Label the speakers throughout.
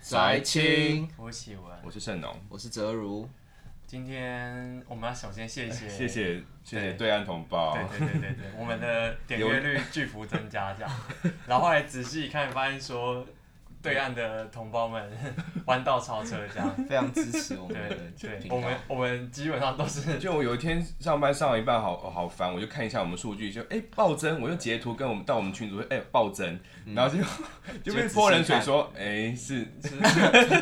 Speaker 1: 宅青，
Speaker 2: 我是启文。
Speaker 3: 我是盛农，
Speaker 1: 我是泽如。
Speaker 2: 今天我们要首先谢谢，
Speaker 3: 谢谢谢谢
Speaker 2: 对
Speaker 3: 对岸同胞
Speaker 2: 对，对对对对，我们的点阅率巨幅增加 这样。然后后来仔细一看，发现说对岸的同胞们 弯道超车这 样。
Speaker 1: 非常支持我们
Speaker 2: 对
Speaker 1: 的
Speaker 2: 对
Speaker 1: 频，道
Speaker 2: 我们我们基本上都是
Speaker 3: 就我有一天上班上到一半好，好烦，我就看一下我们数据，就哎、暴增，我就截图跟我们到我们群组说，哎、暴增，然后就、就被泼冷水说，哎、是
Speaker 2: 是，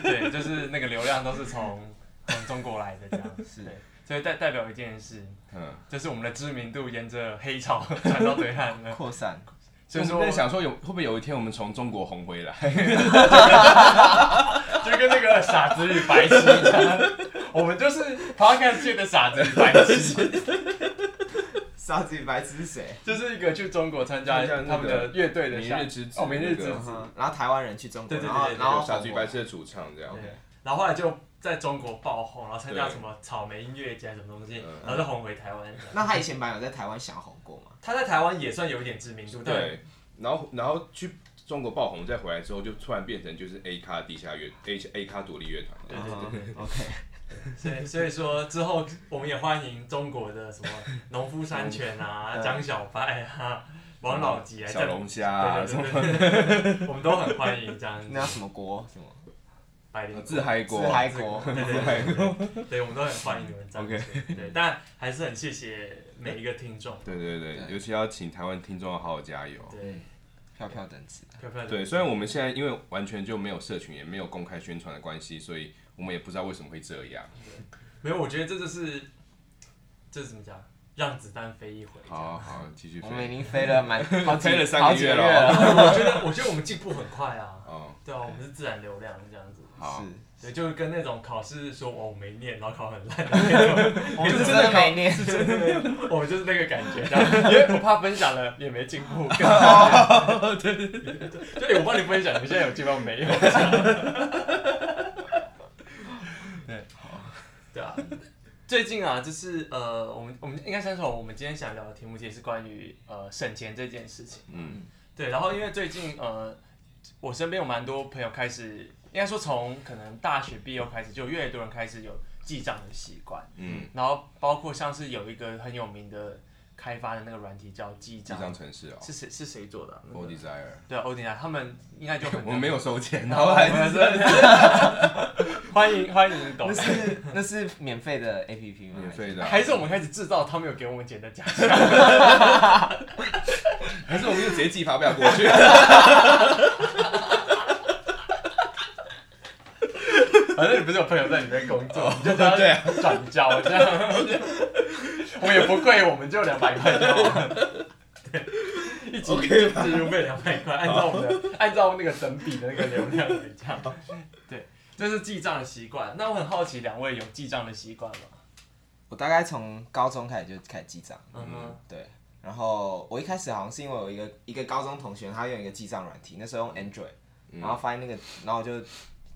Speaker 2: 对，就是那个流量都是从从中国来的这样。
Speaker 1: 是
Speaker 2: 对，所以代代表一件事，
Speaker 3: 嗯，
Speaker 2: 就是我们的知名度沿着黑潮 传到对岸了。
Speaker 1: 扩散，
Speaker 2: 所
Speaker 3: 所
Speaker 2: 以
Speaker 3: 以
Speaker 2: 说
Speaker 3: 我在想说有会不会有一天我们从中国红回来，
Speaker 2: 就跟那个傻子与白痴一样，我们就是 podcast 界的傻子与白痴，
Speaker 1: 傻子与白痴是谁？
Speaker 2: 就是一个去中国参加
Speaker 3: 参加那个
Speaker 2: 他们的乐队的夏
Speaker 3: 明日之子
Speaker 2: 哦，明日之
Speaker 3: 那个
Speaker 2: 子，
Speaker 1: 然后台湾人去中国，
Speaker 2: 对对
Speaker 1: 然后
Speaker 2: 对对对
Speaker 1: 然后
Speaker 3: 傻子与
Speaker 1: 红
Speaker 3: 白痴的主唱这样，
Speaker 2: 对，然后后来就在中国爆红，然后参加
Speaker 3: 对
Speaker 2: 什么草莓音乐节还是什么东西
Speaker 3: 嗯，
Speaker 2: 然后就红回台湾。
Speaker 1: 那他以前版有在台湾想红过吗？
Speaker 2: 他在台湾也算有一点知名度，但
Speaker 3: 对，然后然后去中国爆红，再回来之后就突然变成就是 A 咖地下乐 A A 咖独立乐团，
Speaker 2: 对对对
Speaker 1: 嗯哼，OK，
Speaker 2: 所以所以说之后我们也欢迎中国的什么农夫山泉啊、
Speaker 1: 嗯
Speaker 2: 张小白啊、王老吉啊，
Speaker 3: 小龙虾、啊
Speaker 2: 对
Speaker 3: 什么
Speaker 2: 对对对对，我们都很欢迎这样子
Speaker 1: 那。叫什么国？什么
Speaker 2: 白灵
Speaker 3: 自嗨锅啊
Speaker 1: 自，嗨 国？
Speaker 2: 对对对对，对我们都很欢迎你们这样子。对，但还是很谢谢每一个听众。
Speaker 3: 对对对，
Speaker 1: 对
Speaker 3: 尤其要请台湾听众要好好加油。
Speaker 2: 对，
Speaker 1: 票票等值，
Speaker 2: 漂漂
Speaker 3: 对，虽然我们现在因为完全就没有社群，也没有公开宣传的关系，所以我们也不知道为什么会这样。
Speaker 2: 没有，我觉得这就是，这是怎么讲？让子弹飞一回。
Speaker 3: 好好，继续
Speaker 1: 我们已
Speaker 3: 飞。
Speaker 1: 经飞了蛮好几
Speaker 3: 飞了三个
Speaker 1: 好几
Speaker 3: 月了
Speaker 1: 了，
Speaker 2: 我觉得，我觉得我们进步很快啊。
Speaker 3: 哦，
Speaker 2: 对啊，我们是自然流量这样子。
Speaker 3: 好，
Speaker 1: 是，
Speaker 2: 对，就是跟那种考试说哦我没念，然后考很烂的那 种，
Speaker 1: 我们是真的没念，
Speaker 2: 是真的没有，我们就是那个感觉，这样因为我怕分享了也没进步，更对对对对对，就我帮你分享，你现在有进步没有？对，对啊，最近啊，就是呃，我们我们应该先说，我们今天想聊的题目其实是关于呃省钱这件事情。
Speaker 3: 嗯，
Speaker 2: 对，然后因为最近呃，我身边有蛮多朋友开始，应该说从可能大学毕业开始，就越来越多人开始有记账的习惯。
Speaker 3: 嗯，
Speaker 2: 然后包括像是有一个很有名的开发的那个软体叫记
Speaker 3: 这
Speaker 2: 账，
Speaker 3: 张城市哦
Speaker 2: 是谁是谁做的啊、那个
Speaker 3: ，Four Desire，
Speaker 2: 对啊，欧迪亚他们应该就很哦
Speaker 3: 我们没有收钱，然
Speaker 2: 我
Speaker 3: 后还
Speaker 2: 们
Speaker 3: 是
Speaker 2: 是 欢迎欢迎懂
Speaker 1: 那。是那是免费的 APP 吗？
Speaker 3: 免费的啊，
Speaker 2: 还是我们开始制造他们有给我们钱的假象，
Speaker 3: 还是我们就直接寄发票过去。
Speaker 2: 反正你不是有朋友在里面工作， 你就
Speaker 3: 对对
Speaker 2: 啊，转交 这样，我也不贵，我们就两百块就好了， 对，一集植入费两百块，按照我们的按照那个整笔的那个流量来讲，对，这是记账的习惯。那我很好奇，两位有记账的习惯吗？
Speaker 1: 我大概从高中开始就开始记账，
Speaker 2: 嗯哼，
Speaker 1: 对。然后我一开始好像是因为我一个一个高中同学，他用一个记账软体，那时候用 Android，
Speaker 2: 嗯
Speaker 1: 然后发现那个，然后就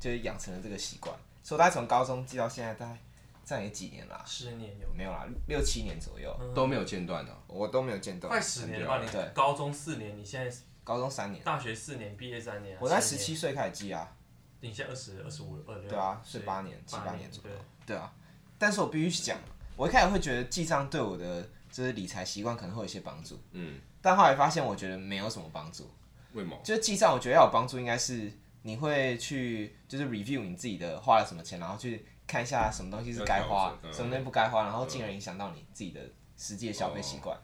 Speaker 1: 就养成了这个习惯，所以我大概从高中记到现在，大概这样也几年啦，
Speaker 2: 十年有，
Speaker 1: 没有啦，六七年左右，
Speaker 3: 都没有间断哦。
Speaker 1: 我都没有见到。
Speaker 2: 快十年了吧？你
Speaker 1: 对
Speaker 2: 高中四年，你现在
Speaker 1: 高中三年，
Speaker 2: 大学四年，毕业三年啊，
Speaker 1: 我在
Speaker 2: 十
Speaker 1: 十
Speaker 2: 年
Speaker 1: 七岁开始记啊，
Speaker 2: 你现在二十二十五二六，
Speaker 1: 对啊，是
Speaker 2: 对
Speaker 1: 八年，七
Speaker 2: 八
Speaker 1: 八
Speaker 2: 年
Speaker 1: 年左
Speaker 2: 对
Speaker 1: 右，对啊。但是我必须讲，我一开始会觉得记账对我的就是理财习惯可能会有一些帮助，
Speaker 3: 嗯，
Speaker 1: 但后来发现我觉得没有什么帮助。
Speaker 3: 为毛？
Speaker 1: 就是记账，我觉得要有帮助，应该是你会去就是 review 你自己的花了什么钱，然后去看一下什么东西是该花
Speaker 3: 要调，整嗯
Speaker 1: 什么东西不该花，然后进而影响到你自己的实际的消费习惯。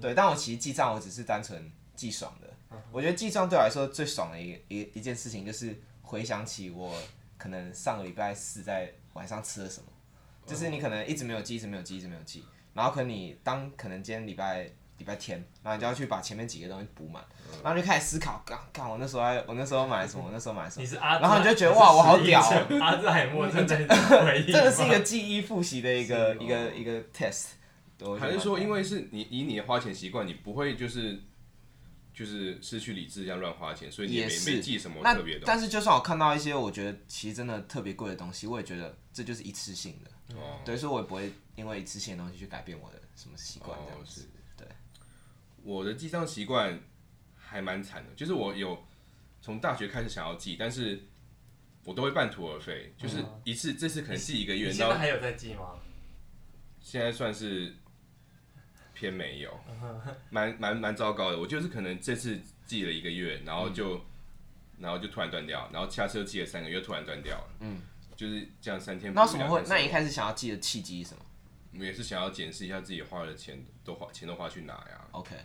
Speaker 1: 对，但我其实记账，我只是单纯记爽的。我觉得记账对我来说最爽的一个一一件事情，就是回想起我可能上个礼拜四在晚上吃了什么，就是你可能一直没有记，一直没有记，一直没有记，然后可能你当可能今天礼拜礼拜天，然后你就要去把前面几个东西补满，
Speaker 3: 嗯
Speaker 1: 然后就开始思考，干干我那时候还我那时候买了什 么，我那时候买了什么
Speaker 2: 你，是阿兹海，
Speaker 1: 然后你就觉得哇我好屌哦
Speaker 2: 你是阿兹海默症在回忆
Speaker 1: 这
Speaker 2: 吗，
Speaker 1: 个是一个记忆复习的一个
Speaker 3: 是哦
Speaker 1: 一个一个 test。我觉得
Speaker 3: 还是说，
Speaker 1: 蛮
Speaker 3: 因为是你以你的花钱习惯，你不会就是就是失去理智这样乱花钱，所以你也
Speaker 1: 也
Speaker 3: 没
Speaker 1: 是
Speaker 3: 没记什么
Speaker 1: 那
Speaker 3: 特别的
Speaker 1: 但是就算我看到一些我觉得其实真的特别贵的东西，我也觉得这就是一次性的，
Speaker 3: 哦。
Speaker 1: 对，所以我也不会因为一次性的东西去改变我的什么习惯这样
Speaker 3: 哦
Speaker 1: 子。
Speaker 3: 我的记账习惯还蛮惨的，就是我有从大学开始想要记，但是我都会半途而废，就是
Speaker 2: 嗯
Speaker 3: 一次这次可能记一个月，
Speaker 2: 你现
Speaker 3: 然
Speaker 2: 在
Speaker 3: 后
Speaker 2: 还有在记吗？
Speaker 3: 现在算是偏没有，
Speaker 1: 嗯
Speaker 3: 蛮蛮蛮糟糕的。我就是可能这次记了一个月，然后
Speaker 1: 嗯
Speaker 3: 就、然后就突然断掉，然后下次又记了三个月，突然断掉了。
Speaker 1: 嗯，
Speaker 3: 就是这样三天不如
Speaker 1: 那为
Speaker 3: 两
Speaker 1: 什
Speaker 3: 天
Speaker 1: 么
Speaker 3: 生
Speaker 1: 会
Speaker 3: 活。？
Speaker 1: 那你一开始想要记的契机是什么
Speaker 3: 我们也是想要检视一下自己花的钱都花钱都花去哪呀？
Speaker 1: ？OK，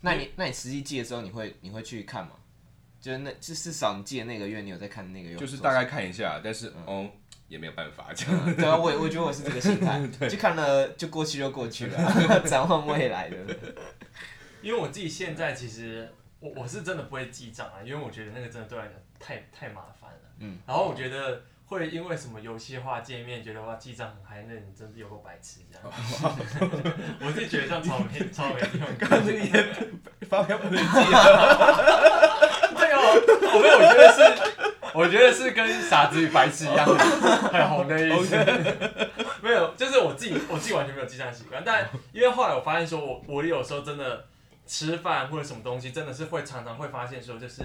Speaker 1: 那你那你实际记的时候，你会你会去看吗？就是那至至少你记的那个月，你有在看那个月，
Speaker 3: 就是大概看一下，但是
Speaker 1: 嗯
Speaker 3: 哦也没有办法这样。
Speaker 1: 对啊，我也我觉得我是这个心 态，就看了就过去就过去了，展望未来的。
Speaker 2: 因为我自己现在其实我我是真的不会记账啊，因为我觉得那个真的对我来讲太太麻烦了。
Speaker 1: 嗯，
Speaker 2: 然后我觉得会因为什么游戏化界面觉得哇记账很嗨，那你真是有个白痴这样。 我是觉得这样超没超没用。
Speaker 3: 刚这也发表不能记，
Speaker 2: 对哦，我没有，我觉得是，我觉得是跟傻子与白痴一样，很红的意思。没有，就是我自己，我自己完全没有记账习惯。但因为后来我发现，说我我有时候真的吃饭或者什么东西，真的是会常常会发现说，就是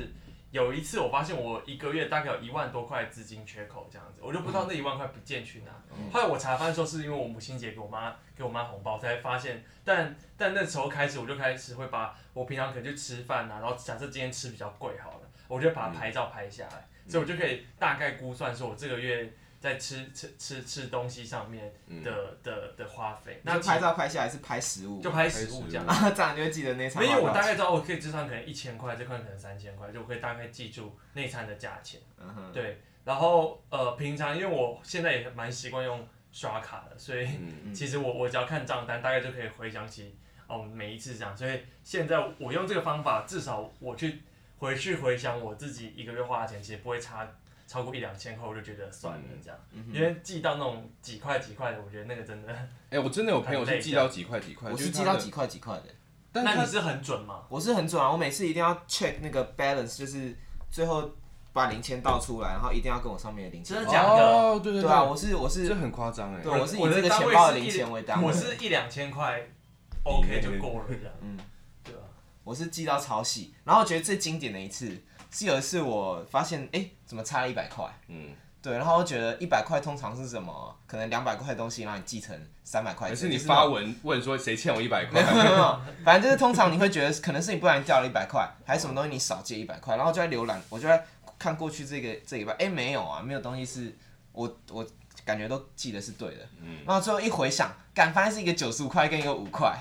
Speaker 2: 有一次我发现我一个月大概有一万多块资金缺口这样子，我就不知道那一万块不见去哪。后来我查发现说，是因为我母亲节给我妈给我妈红包，才发现。但但那时候开始，我就开始会把我平常可能去吃饭啊，然后假设今天吃比较贵好了，我就把
Speaker 1: 嗯
Speaker 2: 它拍照拍下来，所以我就可以大概估算说我这个月在吃吃吃吃东西上面的、的的花费。那
Speaker 1: 那嗯拍照拍下来是拍食物，
Speaker 2: 就拍食物这样。
Speaker 1: 啊，这样你就会记得那场。
Speaker 2: 没有，我大概知道我可以这餐可能一千块，这餐可能三千块，就我可以大概记住那餐的价钱。
Speaker 1: 嗯哼，
Speaker 2: 对，然后呃，平常因为我现在也蛮习惯用刷卡的，所以
Speaker 3: 嗯
Speaker 2: 其实我我只要看账单，大概就可以回想起哦每一次这样。所以现在我用这个方法，至少我去回去回想我自己一个月花的钱，其实不会差超过一两千块，我就觉得算了这样。因为记到那种几块几块的，我觉得那个真的。
Speaker 3: 哎，我真的有朋友是记到几块几块，
Speaker 1: 我
Speaker 3: 就是他
Speaker 1: 记到
Speaker 3: 的，
Speaker 1: 几块几块的，
Speaker 3: 但
Speaker 2: 那
Speaker 3: 他
Speaker 2: 你是很准吗？
Speaker 1: 我是很准啊，我每次一定要 check 那个 balance，就是最后把零钱倒出来，然后一定要跟我上面的零钱。
Speaker 2: 真的假的
Speaker 3: 哦，对对
Speaker 1: 对啊，我是我
Speaker 3: 这
Speaker 1: 是
Speaker 3: 很夸张哎
Speaker 1: 对。我是以
Speaker 2: 的
Speaker 1: 这个
Speaker 2: 单
Speaker 1: 钱
Speaker 2: 位
Speaker 1: 包的
Speaker 2: 是
Speaker 1: 零
Speaker 2: 一
Speaker 1: 钱为单位
Speaker 2: 我是一两千块，OK 就够了这样。
Speaker 1: 嗯，
Speaker 2: 对吧？
Speaker 1: 我是记到超细，然后我觉得最经典的一次是有一次我发现，哎、怎么差了一百块？
Speaker 3: 嗯，
Speaker 1: 对，然后我觉得一百块通常是什么？可能两百块的东西，让你记成三百块
Speaker 3: 还
Speaker 1: 钱。
Speaker 3: 是你
Speaker 1: 就那
Speaker 3: 发
Speaker 1: 种
Speaker 3: 文问说谁欠我一百
Speaker 1: 没
Speaker 3: 块
Speaker 1: 有？没有没有， 反正就是通常你会觉得可能是你不小心掉了一百块，还是什么东西你少借一百块，然后就在浏览，我就在看过去这个这一半，哎、没有啊，没有东西是我我感觉都记得是对的，
Speaker 3: 嗯
Speaker 1: 然后最后一回想，感发现是一个九十五块跟一个五块，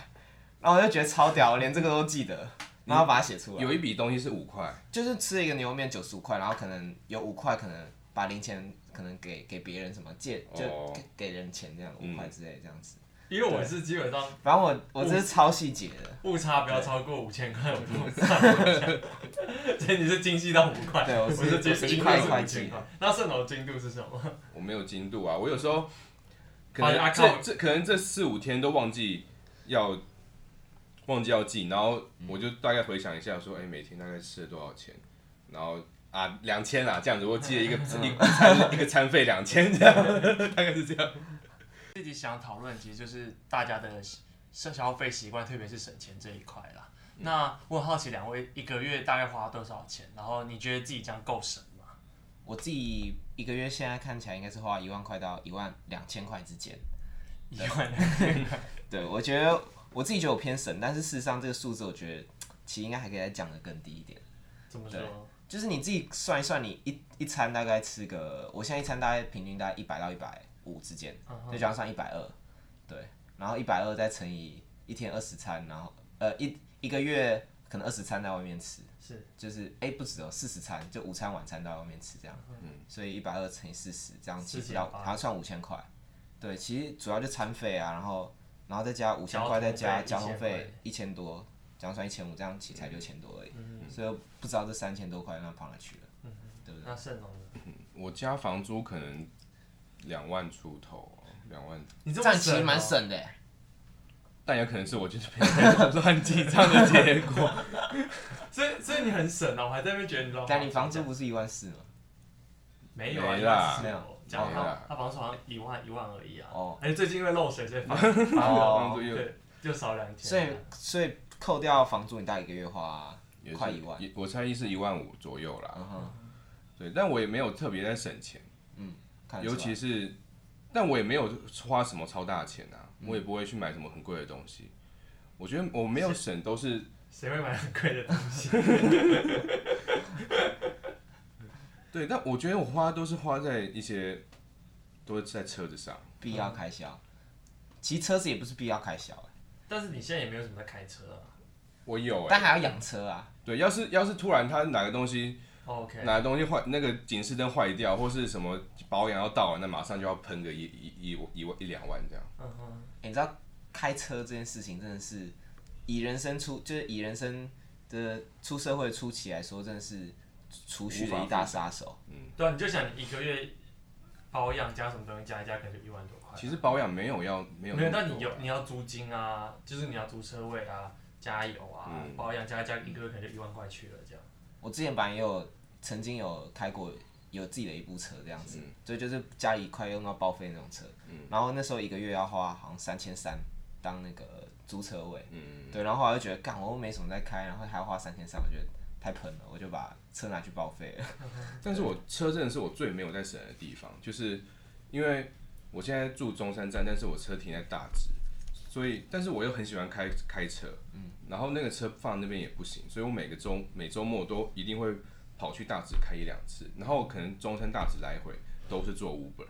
Speaker 1: 然后我就觉得超屌，我连这个都记得，然后把它写出来，
Speaker 3: 有一笔东西是五块，
Speaker 1: 就是吃了一个牛肉面九十五块，然后可能有五块可能把零钱可能给给别人什么借就
Speaker 3: 哦
Speaker 1: 给给人钱这样五
Speaker 3: 嗯
Speaker 1: 块之类这样子，
Speaker 2: 因为我是基本上
Speaker 1: 反正我我这是超细节的。
Speaker 2: 误差不要超过五千块，我不上。 所以你是精细到五块，
Speaker 1: 对我是
Speaker 2: 是精
Speaker 1: 我是一
Speaker 2: 精
Speaker 1: 块
Speaker 2: 细
Speaker 1: 一块
Speaker 2: 五
Speaker 1: 记
Speaker 2: 千块。那圣楼精度是什么？
Speaker 3: 我没有精度啊，我有时候可
Speaker 2: 发现啊
Speaker 3: 能
Speaker 2: 靠
Speaker 3: 这这可能这四五天都忘记要忘记要记，然后我就大概回想一下说，哎、每天大概吃了多少钱，然后啊两千啊这样子，我记了一个一个餐一个餐费两千这样， 大概是这样。
Speaker 2: 这集想讨论其实就是大家的消消费习惯，特别是省钱这一块啦。那我很好奇，两位一个月大概花多少钱？然后你觉得自己这样够省吗？
Speaker 1: 我自己一个月现在看起来应该是花一万块到一万两千块之间。
Speaker 2: 一万
Speaker 1: 对，我觉得我自己觉得我偏省，但是事实上这个数字我觉得其实应该还可以再降得更低一点。
Speaker 2: 怎么说？
Speaker 1: 就是你自己算一算，你一一餐大概吃个，我现在一餐大概平均大概一百到一百五之间，
Speaker 2: 嗯
Speaker 1: 就这样算一百二，对，然后一百二再乘以一天二十餐，然后呃一一个月可能二十餐在外面吃，
Speaker 2: 是
Speaker 1: 就是哎、不止哦，四十餐，就午餐晚餐都在外面吃这样，嗯，所以一百二乘以四十这样其实要
Speaker 2: 48
Speaker 1: 还要算五千块，对，其实主要就餐费啊，然后然后再加五千
Speaker 2: 交
Speaker 1: 块，
Speaker 2: 通费
Speaker 1: 再加交
Speaker 2: 1000
Speaker 1: 通
Speaker 2: 块
Speaker 1: 费一千多，这样算一千五，这样起才六千多而已，
Speaker 2: 嗯
Speaker 1: 所以我不知道这三千多块那跑哪去了，对不对？
Speaker 2: 那圣龙呢，
Speaker 3: 我家房租可能两万出头，哦两万，
Speaker 2: 你这
Speaker 1: 这
Speaker 2: 么
Speaker 1: 样其实
Speaker 2: 省
Speaker 1: 蛮
Speaker 2: 哦，
Speaker 1: 省的欸耶，
Speaker 3: 但有可能是我就是被乱记账的结 果。
Speaker 2: 所以所以你很省啊！我还在那边觉得你知道吗？
Speaker 1: 但你房租不是一万四吗？
Speaker 2: 没有啊，
Speaker 3: 没啦
Speaker 2: 没有。讲
Speaker 3: 没
Speaker 2: 他
Speaker 3: 啦
Speaker 2: 他房租好像一万一万而已啊。
Speaker 1: 哦，
Speaker 2: 而且最近因为漏水，所以 房
Speaker 3: 哦房租又
Speaker 2: 对就少两千。
Speaker 1: 所以所以扣掉房租，你大概一个月花
Speaker 3: 也是
Speaker 1: 快一万，
Speaker 3: 也我猜一是一万五左右啦。
Speaker 1: 嗯哼，
Speaker 3: 对，但我也没有特别在省钱，
Speaker 1: 看得
Speaker 3: 尤
Speaker 1: 出来
Speaker 3: 其是，但我也没有花什么超大的钱啊，
Speaker 1: 嗯
Speaker 3: 我也不会去买什么很贵的东西。我觉得我没有省都是
Speaker 2: 谁会买很贵的东 西？
Speaker 3: 对，但我觉得我花都是花在一些，都是在车子上。
Speaker 1: 必要开销，
Speaker 3: 嗯
Speaker 1: 其实车子也不是必要开销、
Speaker 2: 但是你现在也没有什么在开车啊。
Speaker 3: 我有哦哎、
Speaker 1: 但还要养车啊。
Speaker 3: 对，要是要是突然他哪个东西
Speaker 2: 哦 OK，
Speaker 3: 哪个东西坏，那个警示灯坏掉，或是什么保养要到了，那马上就要喷个一一一一万一两万这样。
Speaker 2: 嗯哼，
Speaker 1: 欸你知道开车这件事情真的是以人生出，就是以人生的出社会初期来说，真的是储蓄的一大杀手。
Speaker 2: 对啊，你就想你一个月保养加什么东西加一加，可能就一万多块。
Speaker 3: 其实保养没有要没有
Speaker 2: 没有，
Speaker 3: 那
Speaker 2: 那
Speaker 3: 么
Speaker 2: 你
Speaker 3: 多欸
Speaker 2: 有你要租金啊，就是你要租车位啊、加油啊、
Speaker 3: 嗯
Speaker 2: 保养加一加，一个月可能就一万块去了这样。
Speaker 1: 我之前本来也有曾经有开过有自己的一部车这样子，所以就是家里快用到报废那种车。
Speaker 3: 嗯
Speaker 1: 然后那时候一个月要花好像三千三当那个租车位，
Speaker 3: 嗯
Speaker 1: 对，然后后来就觉得干我又没什么在开，然后还要花三千三，我觉得太喷了，我就把车拿去报废了。
Speaker 3: 但是我车真的是我最没有在省的地方，就是因为我现在住中山站，但是我车停在大直，所以但是我又很喜欢开开车，嗯，然后那个车放那边也不行，所以我每个周每周末都一定会跑去大直开一两次，然后可能中山大直来回都是坐 Uber，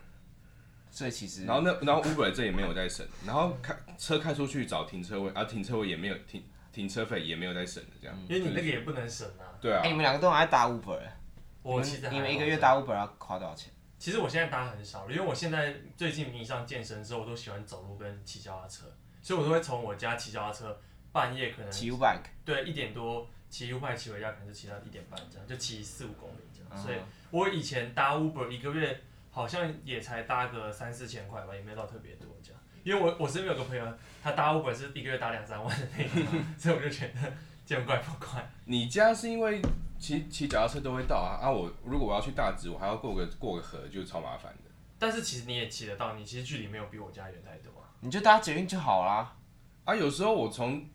Speaker 1: 所以其实
Speaker 3: 然后那然后 Uber 这也没有在省，然后开车开出去找停车位，啊停车位也没有停停车费也没有在省的这样，
Speaker 2: 因为你那个也不能省啊。
Speaker 3: 对啊
Speaker 1: 哎、，你们两个都很爱搭 Uber，欸
Speaker 2: 我
Speaker 1: 你
Speaker 2: 其实
Speaker 1: 们
Speaker 2: 还
Speaker 1: 你们一个月
Speaker 2: 好
Speaker 1: 搭 Uber 要花多少钱？
Speaker 2: 其实我现在搭很少，因为我现在最近迷上健身之后，我都喜欢走路跟骑脚踏车，所以我都会从我家骑脚踏车，半夜可能
Speaker 1: 骑 U bike，
Speaker 2: 对一点多骑 U 派骑回家，可能就骑到一点半这样，就骑四五公里这样。
Speaker 1: 嗯
Speaker 2: 所以我以前搭 Uber 一个月好像也才搭个三四千块吧，也没有到特别多这样。因为我我身边有个朋友，他搭 Uber 是一个月搭两三万的那种，所以我就觉得见怪不怪。
Speaker 3: 你家是因为骑骑脚踏车都会到啊啊！我如果我要去大直，我还要过个过个河，就超麻烦的。
Speaker 2: 但是其实你也骑得到，你其实距离没有比我家远太多啊。
Speaker 1: 你就搭捷运就好啦。
Speaker 3: 啊，有时候我从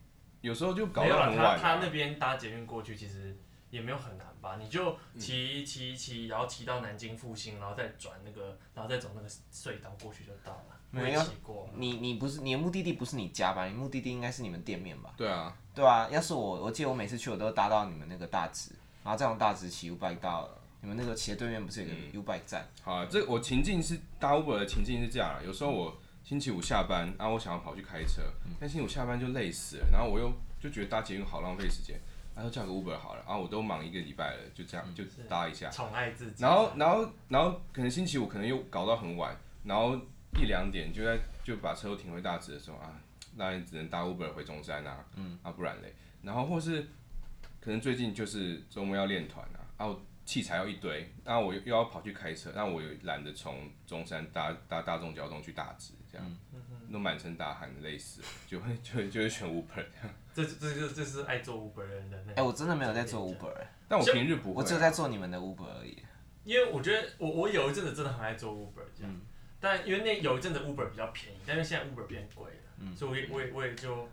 Speaker 3: 有时候就搞
Speaker 2: 没有
Speaker 3: 到
Speaker 2: 啦
Speaker 3: 很晚、
Speaker 2: 他
Speaker 3: 啊。
Speaker 2: 他那边搭捷运过去其实也没有很难吧？你就
Speaker 1: 嗯
Speaker 2: 骑骑骑，然后骑到南京复兴，然后再转那个，然后再走那个隧道过去就到了。我
Speaker 1: 没
Speaker 2: 也
Speaker 1: 有
Speaker 2: 骑过，
Speaker 1: 你你不是你的目的地不是你家吧？你目的地应该是你们店面吧？
Speaker 3: 对啊，
Speaker 1: 对啊，要是我，我记得我每次去我都搭到你们那个大直，然后再从大直骑 U bike 到你们那个斜对面不是有个 U bike 站？
Speaker 3: 好啊，这我情境是搭 Uber 的情境是这样啊，有时候我星期五下班啊，我想要跑去开车，但星期五下班就累死了，然后我又就觉得搭捷运好浪费时间，然后叫个 Uber 好了啊，我都忙一个礼拜了，就这样就搭一下。
Speaker 2: 宠爱自己。啊
Speaker 3: 然后，然后，然后可能星期五可能又搞到很晚，然后一两点就在就把车又停回大直的时候啊，那你只能搭 Uber 回中山啊，嗯，啊不然嘞，然后或是可能最近就是周末要练团啊，啊我器材要一堆，那我又又要跑去开车，那我又懒得从中山搭搭大众交通去大直这样，都满身大汗累死了，就会就会就会选 Uber，
Speaker 2: 这这这这是爱做 Uber 人的那
Speaker 1: 哎、
Speaker 2: 种。
Speaker 1: 我真的没有在做 Uber，、欸
Speaker 3: 但我平日不会啊、
Speaker 1: 我只有在做你们的 Uber 而已。
Speaker 2: 因为我觉得我我有一阵子真的很爱做 Uber 这样，
Speaker 1: 嗯
Speaker 2: 但因为那有一阵子 Uber 比较便宜，但是现在 Uber 变贵了，所以我也我也我也就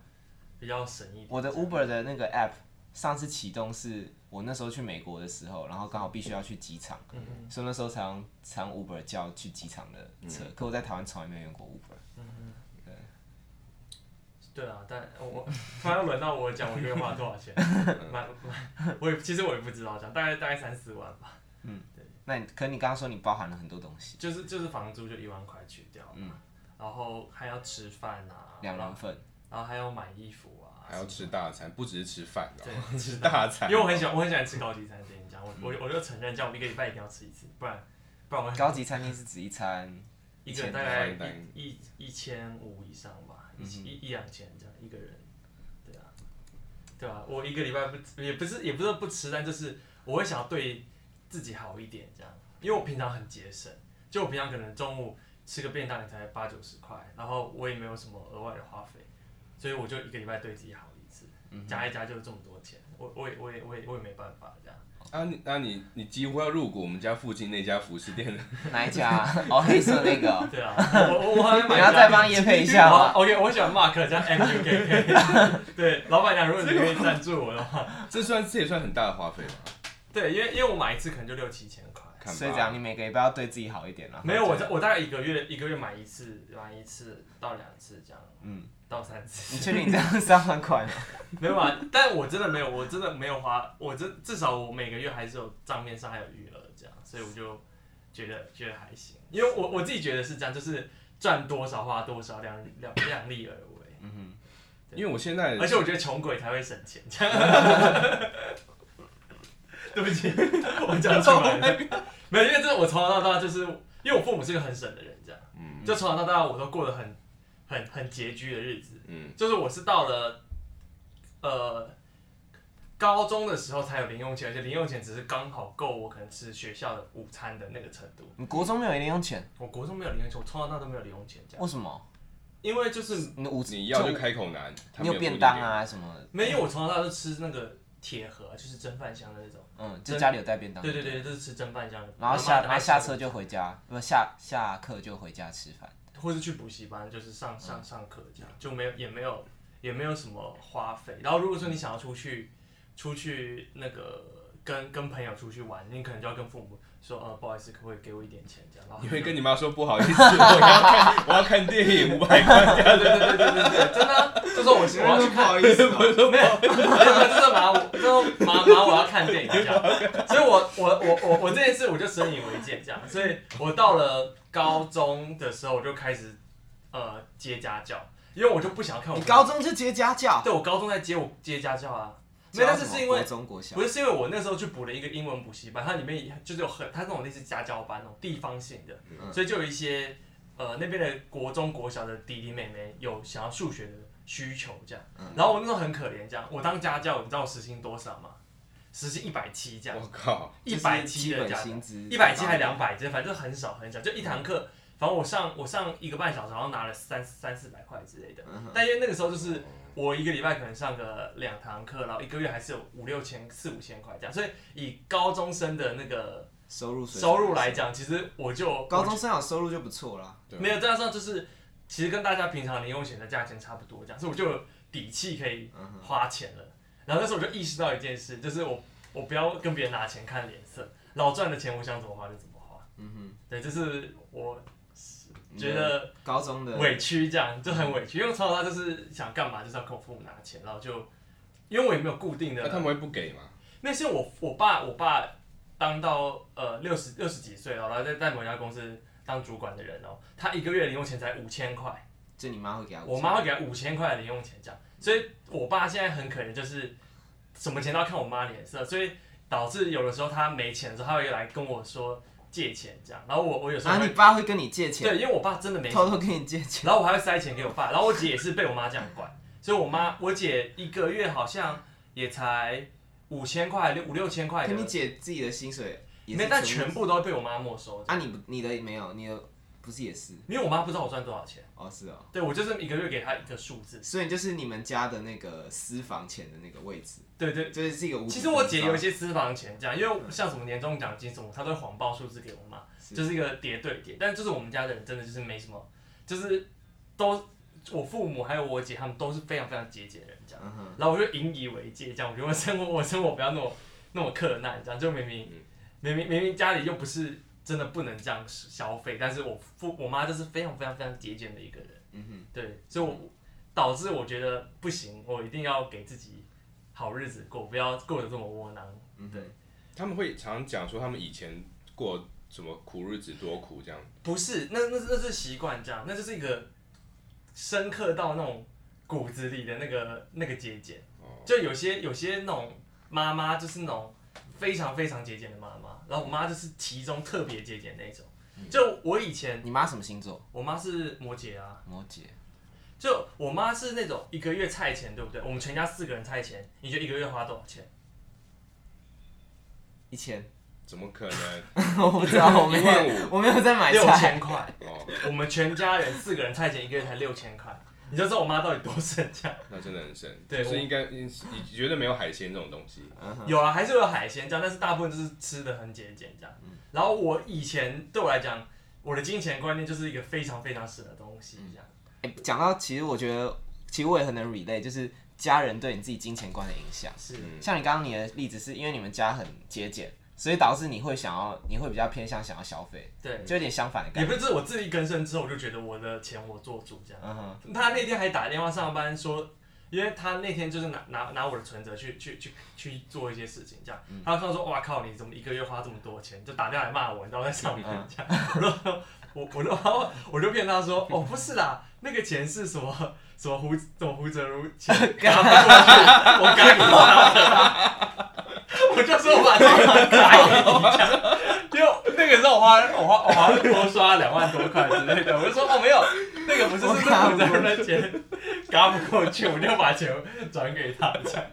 Speaker 2: 比较省一点。
Speaker 1: 嗯我的 Uber 的那个 app 上次启动是我那时候去美国的时候，然后刚好必须要去机场，
Speaker 2: 嗯
Speaker 1: 所以那时候才用才用 Uber 叫去机场的车。可我在台湾从来没有用过 Uber。
Speaker 2: 对啊，但我我突然又轮到我讲我一个月花多少 钱，蛮蛮，我也其实我也不知道，讲大概大概三四万吧，
Speaker 1: 那你可你刚刚说你包含了很多东西，
Speaker 2: 就是就是房租就一万块去掉嘛，
Speaker 3: 嗯
Speaker 2: 然后还要吃饭啊，
Speaker 1: 两
Speaker 2: 然后
Speaker 1: 人份，
Speaker 2: 然后还要买衣服啊，
Speaker 3: 还要吃大餐，不只是吃饭哦的、
Speaker 2: 对
Speaker 3: 吃大餐，嗯
Speaker 2: 因为我很喜欢我很喜欢吃高级餐厅，这样我我我就承认，这样我一个礼拜一定要吃一次，不然不然我
Speaker 1: 高级餐厅是指一餐
Speaker 2: 一个人大概
Speaker 3: 一千嗯块单
Speaker 2: 一一一千五以上吧，一一一两千这样一个人，对啊，对啊，我一个礼拜不也不是也不是说不吃，但就是我会想要对自己好一点这样，因为我平常很节省，就我平常可能中午吃个便当也才八九十块，然后我也没有什么额外的花费，所以我就一个礼拜对自己好一次，
Speaker 3: 嗯
Speaker 2: 加一加就这么多钱，我我也我也我也我也没办法这样。
Speaker 3: 啊，你那你你几乎要入股我们家附近那家服饰店了。
Speaker 1: 哪一家啊、哦，黑色 那个哦、
Speaker 2: 对啊，我我我好像买
Speaker 1: 你
Speaker 2: 家
Speaker 1: 要再帮叶配一下 吗
Speaker 2: 好 OK，我喜欢 Mark 加 M U K K。对， 老板娘，如果你愿意赞助我的话，
Speaker 3: 这算这也算很大的花费吧？
Speaker 2: 对，因为因为我买一次可能就六七千块，
Speaker 3: 看吧。
Speaker 1: 所以讲你每个礼拜要对自己好一点啊啦。
Speaker 2: 没有，我
Speaker 1: 或者
Speaker 2: 我大概一个月一个月买一次，买一次到两次这样，
Speaker 1: 嗯，
Speaker 2: 到三次。
Speaker 1: 你确定你这样三万块吗？
Speaker 2: 没有啊，但我真的没有，我真的没有花，我真至少我每个月还是有账面上还有余额这样，所以我就觉得觉得还行，因为我我自己觉得是这样，就是赚多少花多少，量量量力而为，
Speaker 1: 嗯
Speaker 3: 因为我现在
Speaker 2: 而且我觉得穷鬼才会省 钱这样。对不 起，我讲出来了，没有，因为这我从小到大就是因为我父母是个很省的人，这样，
Speaker 3: 嗯
Speaker 2: 就从小到大我都过得很很很拮据的日子，
Speaker 3: 嗯
Speaker 2: 就是我是到了呃高中的时候才有零用钱，而且零用钱只是刚好够我可能吃学校的午餐的那个程度。
Speaker 1: 哼，你国中没有零用钱，
Speaker 2: 我国中没有零用钱，我从小到大都没有零用钱这样，
Speaker 1: 为什么？
Speaker 2: 因为就是
Speaker 1: 你五
Speaker 3: 你要就
Speaker 1: 五
Speaker 3: 开口难，他
Speaker 1: 你
Speaker 3: 们
Speaker 1: 有
Speaker 3: 也不
Speaker 1: 便
Speaker 3: 一定
Speaker 1: 当啊什么的？
Speaker 2: 没有我从小到大都吃那个铁盒，就是蒸饭箱的那种。
Speaker 1: 嗯，就家里有带便当。
Speaker 2: 对对。对，就是吃蒸饭箱的。
Speaker 1: 然后
Speaker 2: 妈
Speaker 1: 下
Speaker 2: 妈的
Speaker 1: 然后下车就回家，不下下课就回家吃饭。
Speaker 2: 或是去补习班，就是上
Speaker 1: 嗯
Speaker 2: 上上课这样，就没有也没有也没有什么花费。然后如果
Speaker 1: 嗯
Speaker 2: 说你想要出去出去那个跟跟朋友出去玩，你可能就要跟父母说，呃，不好意思，可不可以给我一点钱这样？然后
Speaker 3: 你会跟你妈说不好意思，我要看我要看电影五百块，
Speaker 2: 对对对对对对，真的啊、就说我我要去看，
Speaker 1: 好意思，
Speaker 2: 没有，没有就是马我，就是马马我要看电影这 样，所以我我我我我这件事我就深以为戒这样，所以我到了高中的时候我就开始呃接家教，因为我就不想看我
Speaker 1: 你高中就接家教？
Speaker 2: 对，我高中在接我接家教啊，没有，但是是因为
Speaker 1: 中国小
Speaker 2: 不。是是因为我那时候去补了一个英文补习班，它里面也就是有很它那种类似家教班那种地方性的，
Speaker 1: 嗯
Speaker 2: 所以就有一些呃那边的国中国小的弟弟妹妹有想要数学的需求这样，
Speaker 1: 嗯
Speaker 2: 然后我那时候很可怜这样，我当家教，你知道我时薪多少吗？时薪一百七这样，
Speaker 3: 我靠，
Speaker 2: 一百
Speaker 1: 就是基
Speaker 2: 七的
Speaker 1: 本
Speaker 2: 家
Speaker 1: 薪资，
Speaker 2: 一百七还两百，这反正很少很少，就一堂课，反正我上我上一个半小时，好像拿了三三四百块之类的。
Speaker 1: 嗯哼
Speaker 2: 但因为那个时候就是我一个礼拜可能上个两堂课，然后一个月还是有五六千、四五千块这样，所以以高中生的那个
Speaker 1: 收入水平
Speaker 2: 收入来，讲，其实我就
Speaker 1: 高中生有收入就不错啦。
Speaker 3: 对
Speaker 2: 没有这样算，就是其实跟大家平常零用钱的价钱差不多这样，所以我就有底气可以
Speaker 1: 嗯哼，
Speaker 2: 花钱了。然后那时候我就意识到一件事，就是我我不要跟别人拿钱看脸色，老赚的钱我想怎么花就怎么花。
Speaker 1: 嗯
Speaker 2: 对，就是我
Speaker 1: 哼，
Speaker 2: 觉得
Speaker 1: 你的高中的嗯
Speaker 2: 委屈，这样就很委屈，因为从小到大就是想干嘛就是要跟我父母拿钱，然后就因为我也没有固定
Speaker 3: 那他
Speaker 2: 的，
Speaker 3: 们会不给吗？
Speaker 2: 那是我我爸我爸当到呃六十六十几岁哦，然后在在某家公司当主管的人哦，他一个月零用钱才五千块。
Speaker 1: 就你妈会给他，
Speaker 2: 我妈会给她五千块的零用钱，这样，所以我爸现在很可怜，就是什么钱都要看我妈脸色，所以导致有的时候他没钱的时候，他会来跟我说借钱这样，然后我我有时候
Speaker 1: 啊，
Speaker 2: 会、
Speaker 1: 你爸会跟你借钱，
Speaker 2: 对，因为我爸真的没钱，
Speaker 1: 偷偷跟你借钱，
Speaker 2: 然后我还会塞钱给我爸，然后我姐也是被我妈这样管，所以我妈我姐一个月好像也才五千块六五六千块
Speaker 1: 可
Speaker 2: 的，
Speaker 1: 你姐自己的薪水也
Speaker 2: 没
Speaker 1: 是，
Speaker 2: 但全部都会被我妈没收，
Speaker 1: 啊，你不你的没有，你的不是也是
Speaker 2: 因为我妈不知道我赚多少钱，
Speaker 1: 哦，是哦，
Speaker 2: 对我就是一个月给她一个数字，
Speaker 1: 所以就是你们家的那个私房钱的那个位置，
Speaker 2: 对对
Speaker 1: 就是是一个无底
Speaker 2: 其实我姐
Speaker 1: 洞
Speaker 2: 有一些私房钱，这样，因为像什么年终奖金什么，她都会谎报数字给我妈，
Speaker 1: 是
Speaker 2: 就是一个叠对叠。但就是我们家的人真的就是没什么，就是都我父母还有我姐他们都是非常非常节俭的人，这样。
Speaker 1: 嗯哼，
Speaker 2: 然后我就引以为戒，这样，我觉得我生活我生活不要那么那么克难，这样就明明
Speaker 3: 嗯
Speaker 2: 明明明明家里又不是真的不能这样消费，但是我父我妈就是非常非常非常节俭的一个人。
Speaker 1: 嗯哼。
Speaker 2: 对，所以我导致我觉得不行，我一定要给自己好日子过，不要过得这么窝囊。
Speaker 1: 嗯
Speaker 2: 对，
Speaker 3: 他们会常讲说他们以前过什么苦日子多苦这样，
Speaker 2: 不是，那那那是习惯这样，那就是一个深刻到那种骨子里的那个那个节俭。
Speaker 3: 哦，
Speaker 2: 就有些有些那种妈妈就是那种非常非常节俭的妈妈，然后我妈就是其中特别节俭那一种。
Speaker 1: 嗯
Speaker 2: 就我以前，
Speaker 1: 你妈什么星座？
Speaker 2: 我妈是摩羯啊，
Speaker 1: 摩羯。
Speaker 2: 就我妈是那种一个月菜钱，对不对？我们全家四个人菜钱，你觉得一个月花多少钱？
Speaker 1: 一千，
Speaker 3: 怎么可能？
Speaker 1: 我不知道，我没
Speaker 3: 一万五
Speaker 1: 有，我没有在买
Speaker 2: 六
Speaker 1: 菜。
Speaker 2: 千块，
Speaker 3: 哦，
Speaker 2: 我们全家人四个人菜钱一个月才六千块，你就知道我妈到底多省家。
Speaker 3: 那真的很深，
Speaker 2: 对
Speaker 3: 就是
Speaker 2: 我
Speaker 3: 应该你你绝对没有海鲜这种东西，
Speaker 1: 嗯哼，
Speaker 2: 有啊，还是有海鲜这样，但是大部分就是吃的很节俭这样。然后我以前对我来讲，我的金钱观念就是一个非常非常省的东西这样。
Speaker 1: 欸讲到其实我觉得，其实我也很能 relate，就是家人对你自己金钱观的影响。
Speaker 2: 是，
Speaker 3: 嗯
Speaker 1: 像你刚刚你的例子，是因为你们家很节俭，所以导致你会想要，你会比较偏向想要消费，
Speaker 2: 对，
Speaker 1: 就有点相反的
Speaker 2: 也
Speaker 1: 感
Speaker 2: 不
Speaker 1: 觉。
Speaker 2: 是就是我自力更生之后，我就觉得我的钱我做主这样。
Speaker 1: 嗯哼，
Speaker 2: 他那天还打电话上班说，因为他那天就是拿拿拿我的存折去去去去做一些事情，这样。他就说：“哇靠，你怎么一个月花这么多钱？”就打电话来骂我，你知道我在上班这样。我就说 我我就然后我就骗他说：“哦，不是啦，那个钱是什么什么胡什么胡哲如钱刚过去，我刚给他的。”我就说我把这个打给你这样。因为那个时候我花我花我花多刷两万多块之类的，我就说哦没有，那个不是
Speaker 1: 我
Speaker 2: 是那
Speaker 1: 嘎不
Speaker 2: 个人的钱，嘎不过去，我就把钱转给他这样。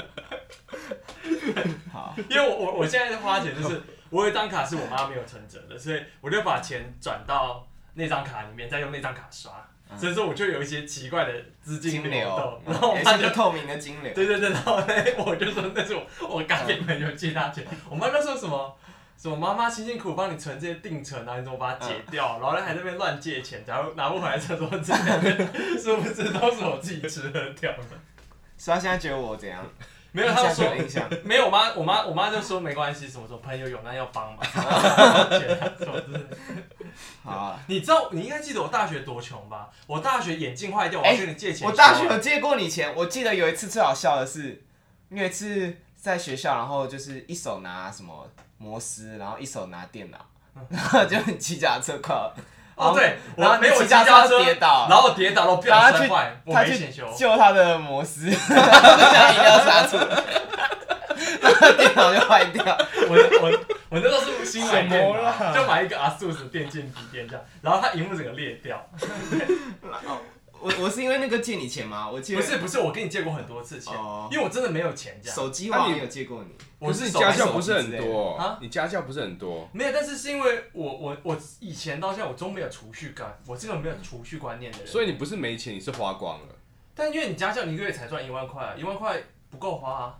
Speaker 1: 好，
Speaker 2: 因为我我我现在花钱就是 我有一张卡是我妈没有存折的，所以我就把钱转到那张卡里面，再用那张卡刷，所以说我就有一些奇怪的资金
Speaker 1: 嗯金
Speaker 2: 流哎
Speaker 1: 流
Speaker 2: 动，，然后
Speaker 1: 嗯
Speaker 2: 我
Speaker 1: 也
Speaker 2: 妈
Speaker 1: 是
Speaker 2: 就
Speaker 1: 个透明的金流。
Speaker 2: 对对对，然后呢，我就说那是我我干给朋友借他钱，啊我妈就说什么什么妈妈辛辛苦苦帮你存这些定存啊，你怎么把它解
Speaker 1: 嗯
Speaker 2: 掉？然后还在那边乱借钱，然后拿不回来，就说这样， 殊不知都是我自己吃喝掉的。
Speaker 1: 所以他现在觉得我怎样？
Speaker 2: 没有，他们
Speaker 1: 印象
Speaker 2: 说
Speaker 1: 有印象。
Speaker 2: 没有，我妈我妈我妈就说没关系，什么什么朋友有难要帮 嘛，然后借他什么之类的
Speaker 1: 好啊，
Speaker 2: 你知道你应该记得我大学多穷吧？我大学眼镜坏掉，我
Speaker 1: 哎
Speaker 2: 要跟你借钱修啊。
Speaker 1: 我大学有借过你钱，我记得有一次最好笑的是，你有一次在学校，然后就是一手拿什么摩斯，然后一手拿电脑，
Speaker 2: 嗯
Speaker 1: 然后就你骑脚踏车快了，
Speaker 2: 哦对，
Speaker 1: 然后
Speaker 2: 我
Speaker 1: 你
Speaker 2: 没有我
Speaker 1: 骑
Speaker 2: 骑
Speaker 1: 脚
Speaker 2: 脚
Speaker 1: 踏
Speaker 2: 踏
Speaker 1: 车
Speaker 2: 车
Speaker 1: 跌倒
Speaker 2: 然后我跌倒了，我不
Speaker 1: 然后
Speaker 2: 小
Speaker 1: 他
Speaker 2: 心
Speaker 1: 去
Speaker 2: 摔坏，我
Speaker 1: 他
Speaker 2: 没
Speaker 1: 去
Speaker 2: 钱修。
Speaker 1: 救他的摩斯， 他想一定要刹车，然后电脑就坏掉。
Speaker 2: 我我我那时候是新买电
Speaker 3: 什么啦
Speaker 2: 脑，就买一个 ASUS 的电竞笔电这样，然后它荧幕整个裂掉。
Speaker 1: 我我是因为那个借你钱吗？我借
Speaker 2: 不是不是，我跟你借过很多次钱
Speaker 1: 哦，
Speaker 2: 因为我真的没有钱这样。
Speaker 1: 手机，我好像有借过你。
Speaker 2: 我
Speaker 3: 是你
Speaker 2: 手
Speaker 3: 家
Speaker 1: 手
Speaker 3: 教
Speaker 1: 机
Speaker 3: 不是很多
Speaker 2: 类的啊，
Speaker 3: 你家教不是很多，
Speaker 2: 没有，但是是因为我我我以前到现在我都没有储蓄感，我这个没有储蓄观念的人。
Speaker 3: 所
Speaker 2: 以，
Speaker 3: 以你不是没钱，你是花光了。
Speaker 2: 但因为你家教你一个月才赚一万块啊，一万块不够花啊。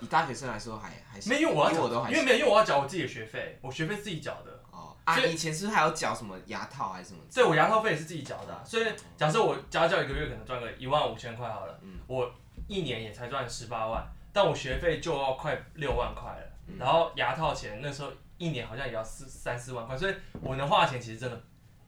Speaker 1: 以大学生来说还还行
Speaker 2: 没有，因为我要
Speaker 1: 比
Speaker 2: 缴
Speaker 1: 我都，还
Speaker 2: 因为没有，因为我要缴我自己的学费，我学费自己缴的。
Speaker 1: 哦啊，
Speaker 2: 所以
Speaker 1: 你以前是不是还有缴什么牙套还是什么？
Speaker 2: 对，我牙套费也是自己缴的啊、所以假设我家教一个月可能赚个一万五千块好了，我一年也才赚十八万，但我学费就要快六万块了，然后牙套钱那时候一年好像也要四三四万块，所以我能花的钱其实真的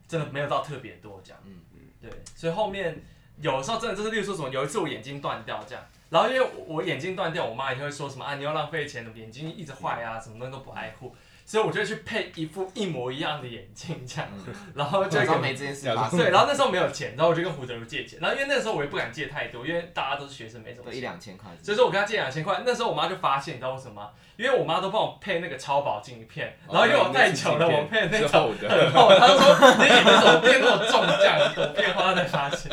Speaker 2: 真的没有到特别多这样，嗯嗯，对，所以后面有时候真的就是例如说什么，有一次我眼睛断掉这样。然后因为我我眼睛断掉，我妈也会说什么啊，你要浪费钱，眼睛一直坏啊，什么东西都不爱护，所以我就去配一副一模一样的眼镜这样，然后
Speaker 1: 我
Speaker 2: 就
Speaker 1: 假
Speaker 2: 一个
Speaker 1: 嗯装没这件事 发生，
Speaker 2: 对，然后那时候没有钱，然后我就跟胡哲如借钱，然后因为那时候我也不敢借太多，因为大家都是学生，没什么
Speaker 1: 都一
Speaker 2: 钱，
Speaker 1: 两千块。
Speaker 2: 所以说我跟他借两千块。那时候我妈就发现，你知道为什么吗？因为我妈都帮我配那个超薄镜片，然后因为我太穷了，我配那
Speaker 3: 之
Speaker 2: 种
Speaker 3: 后 的，
Speaker 2: 很厚，她就说你眼睛怎么变那么重这样？我变化才发现，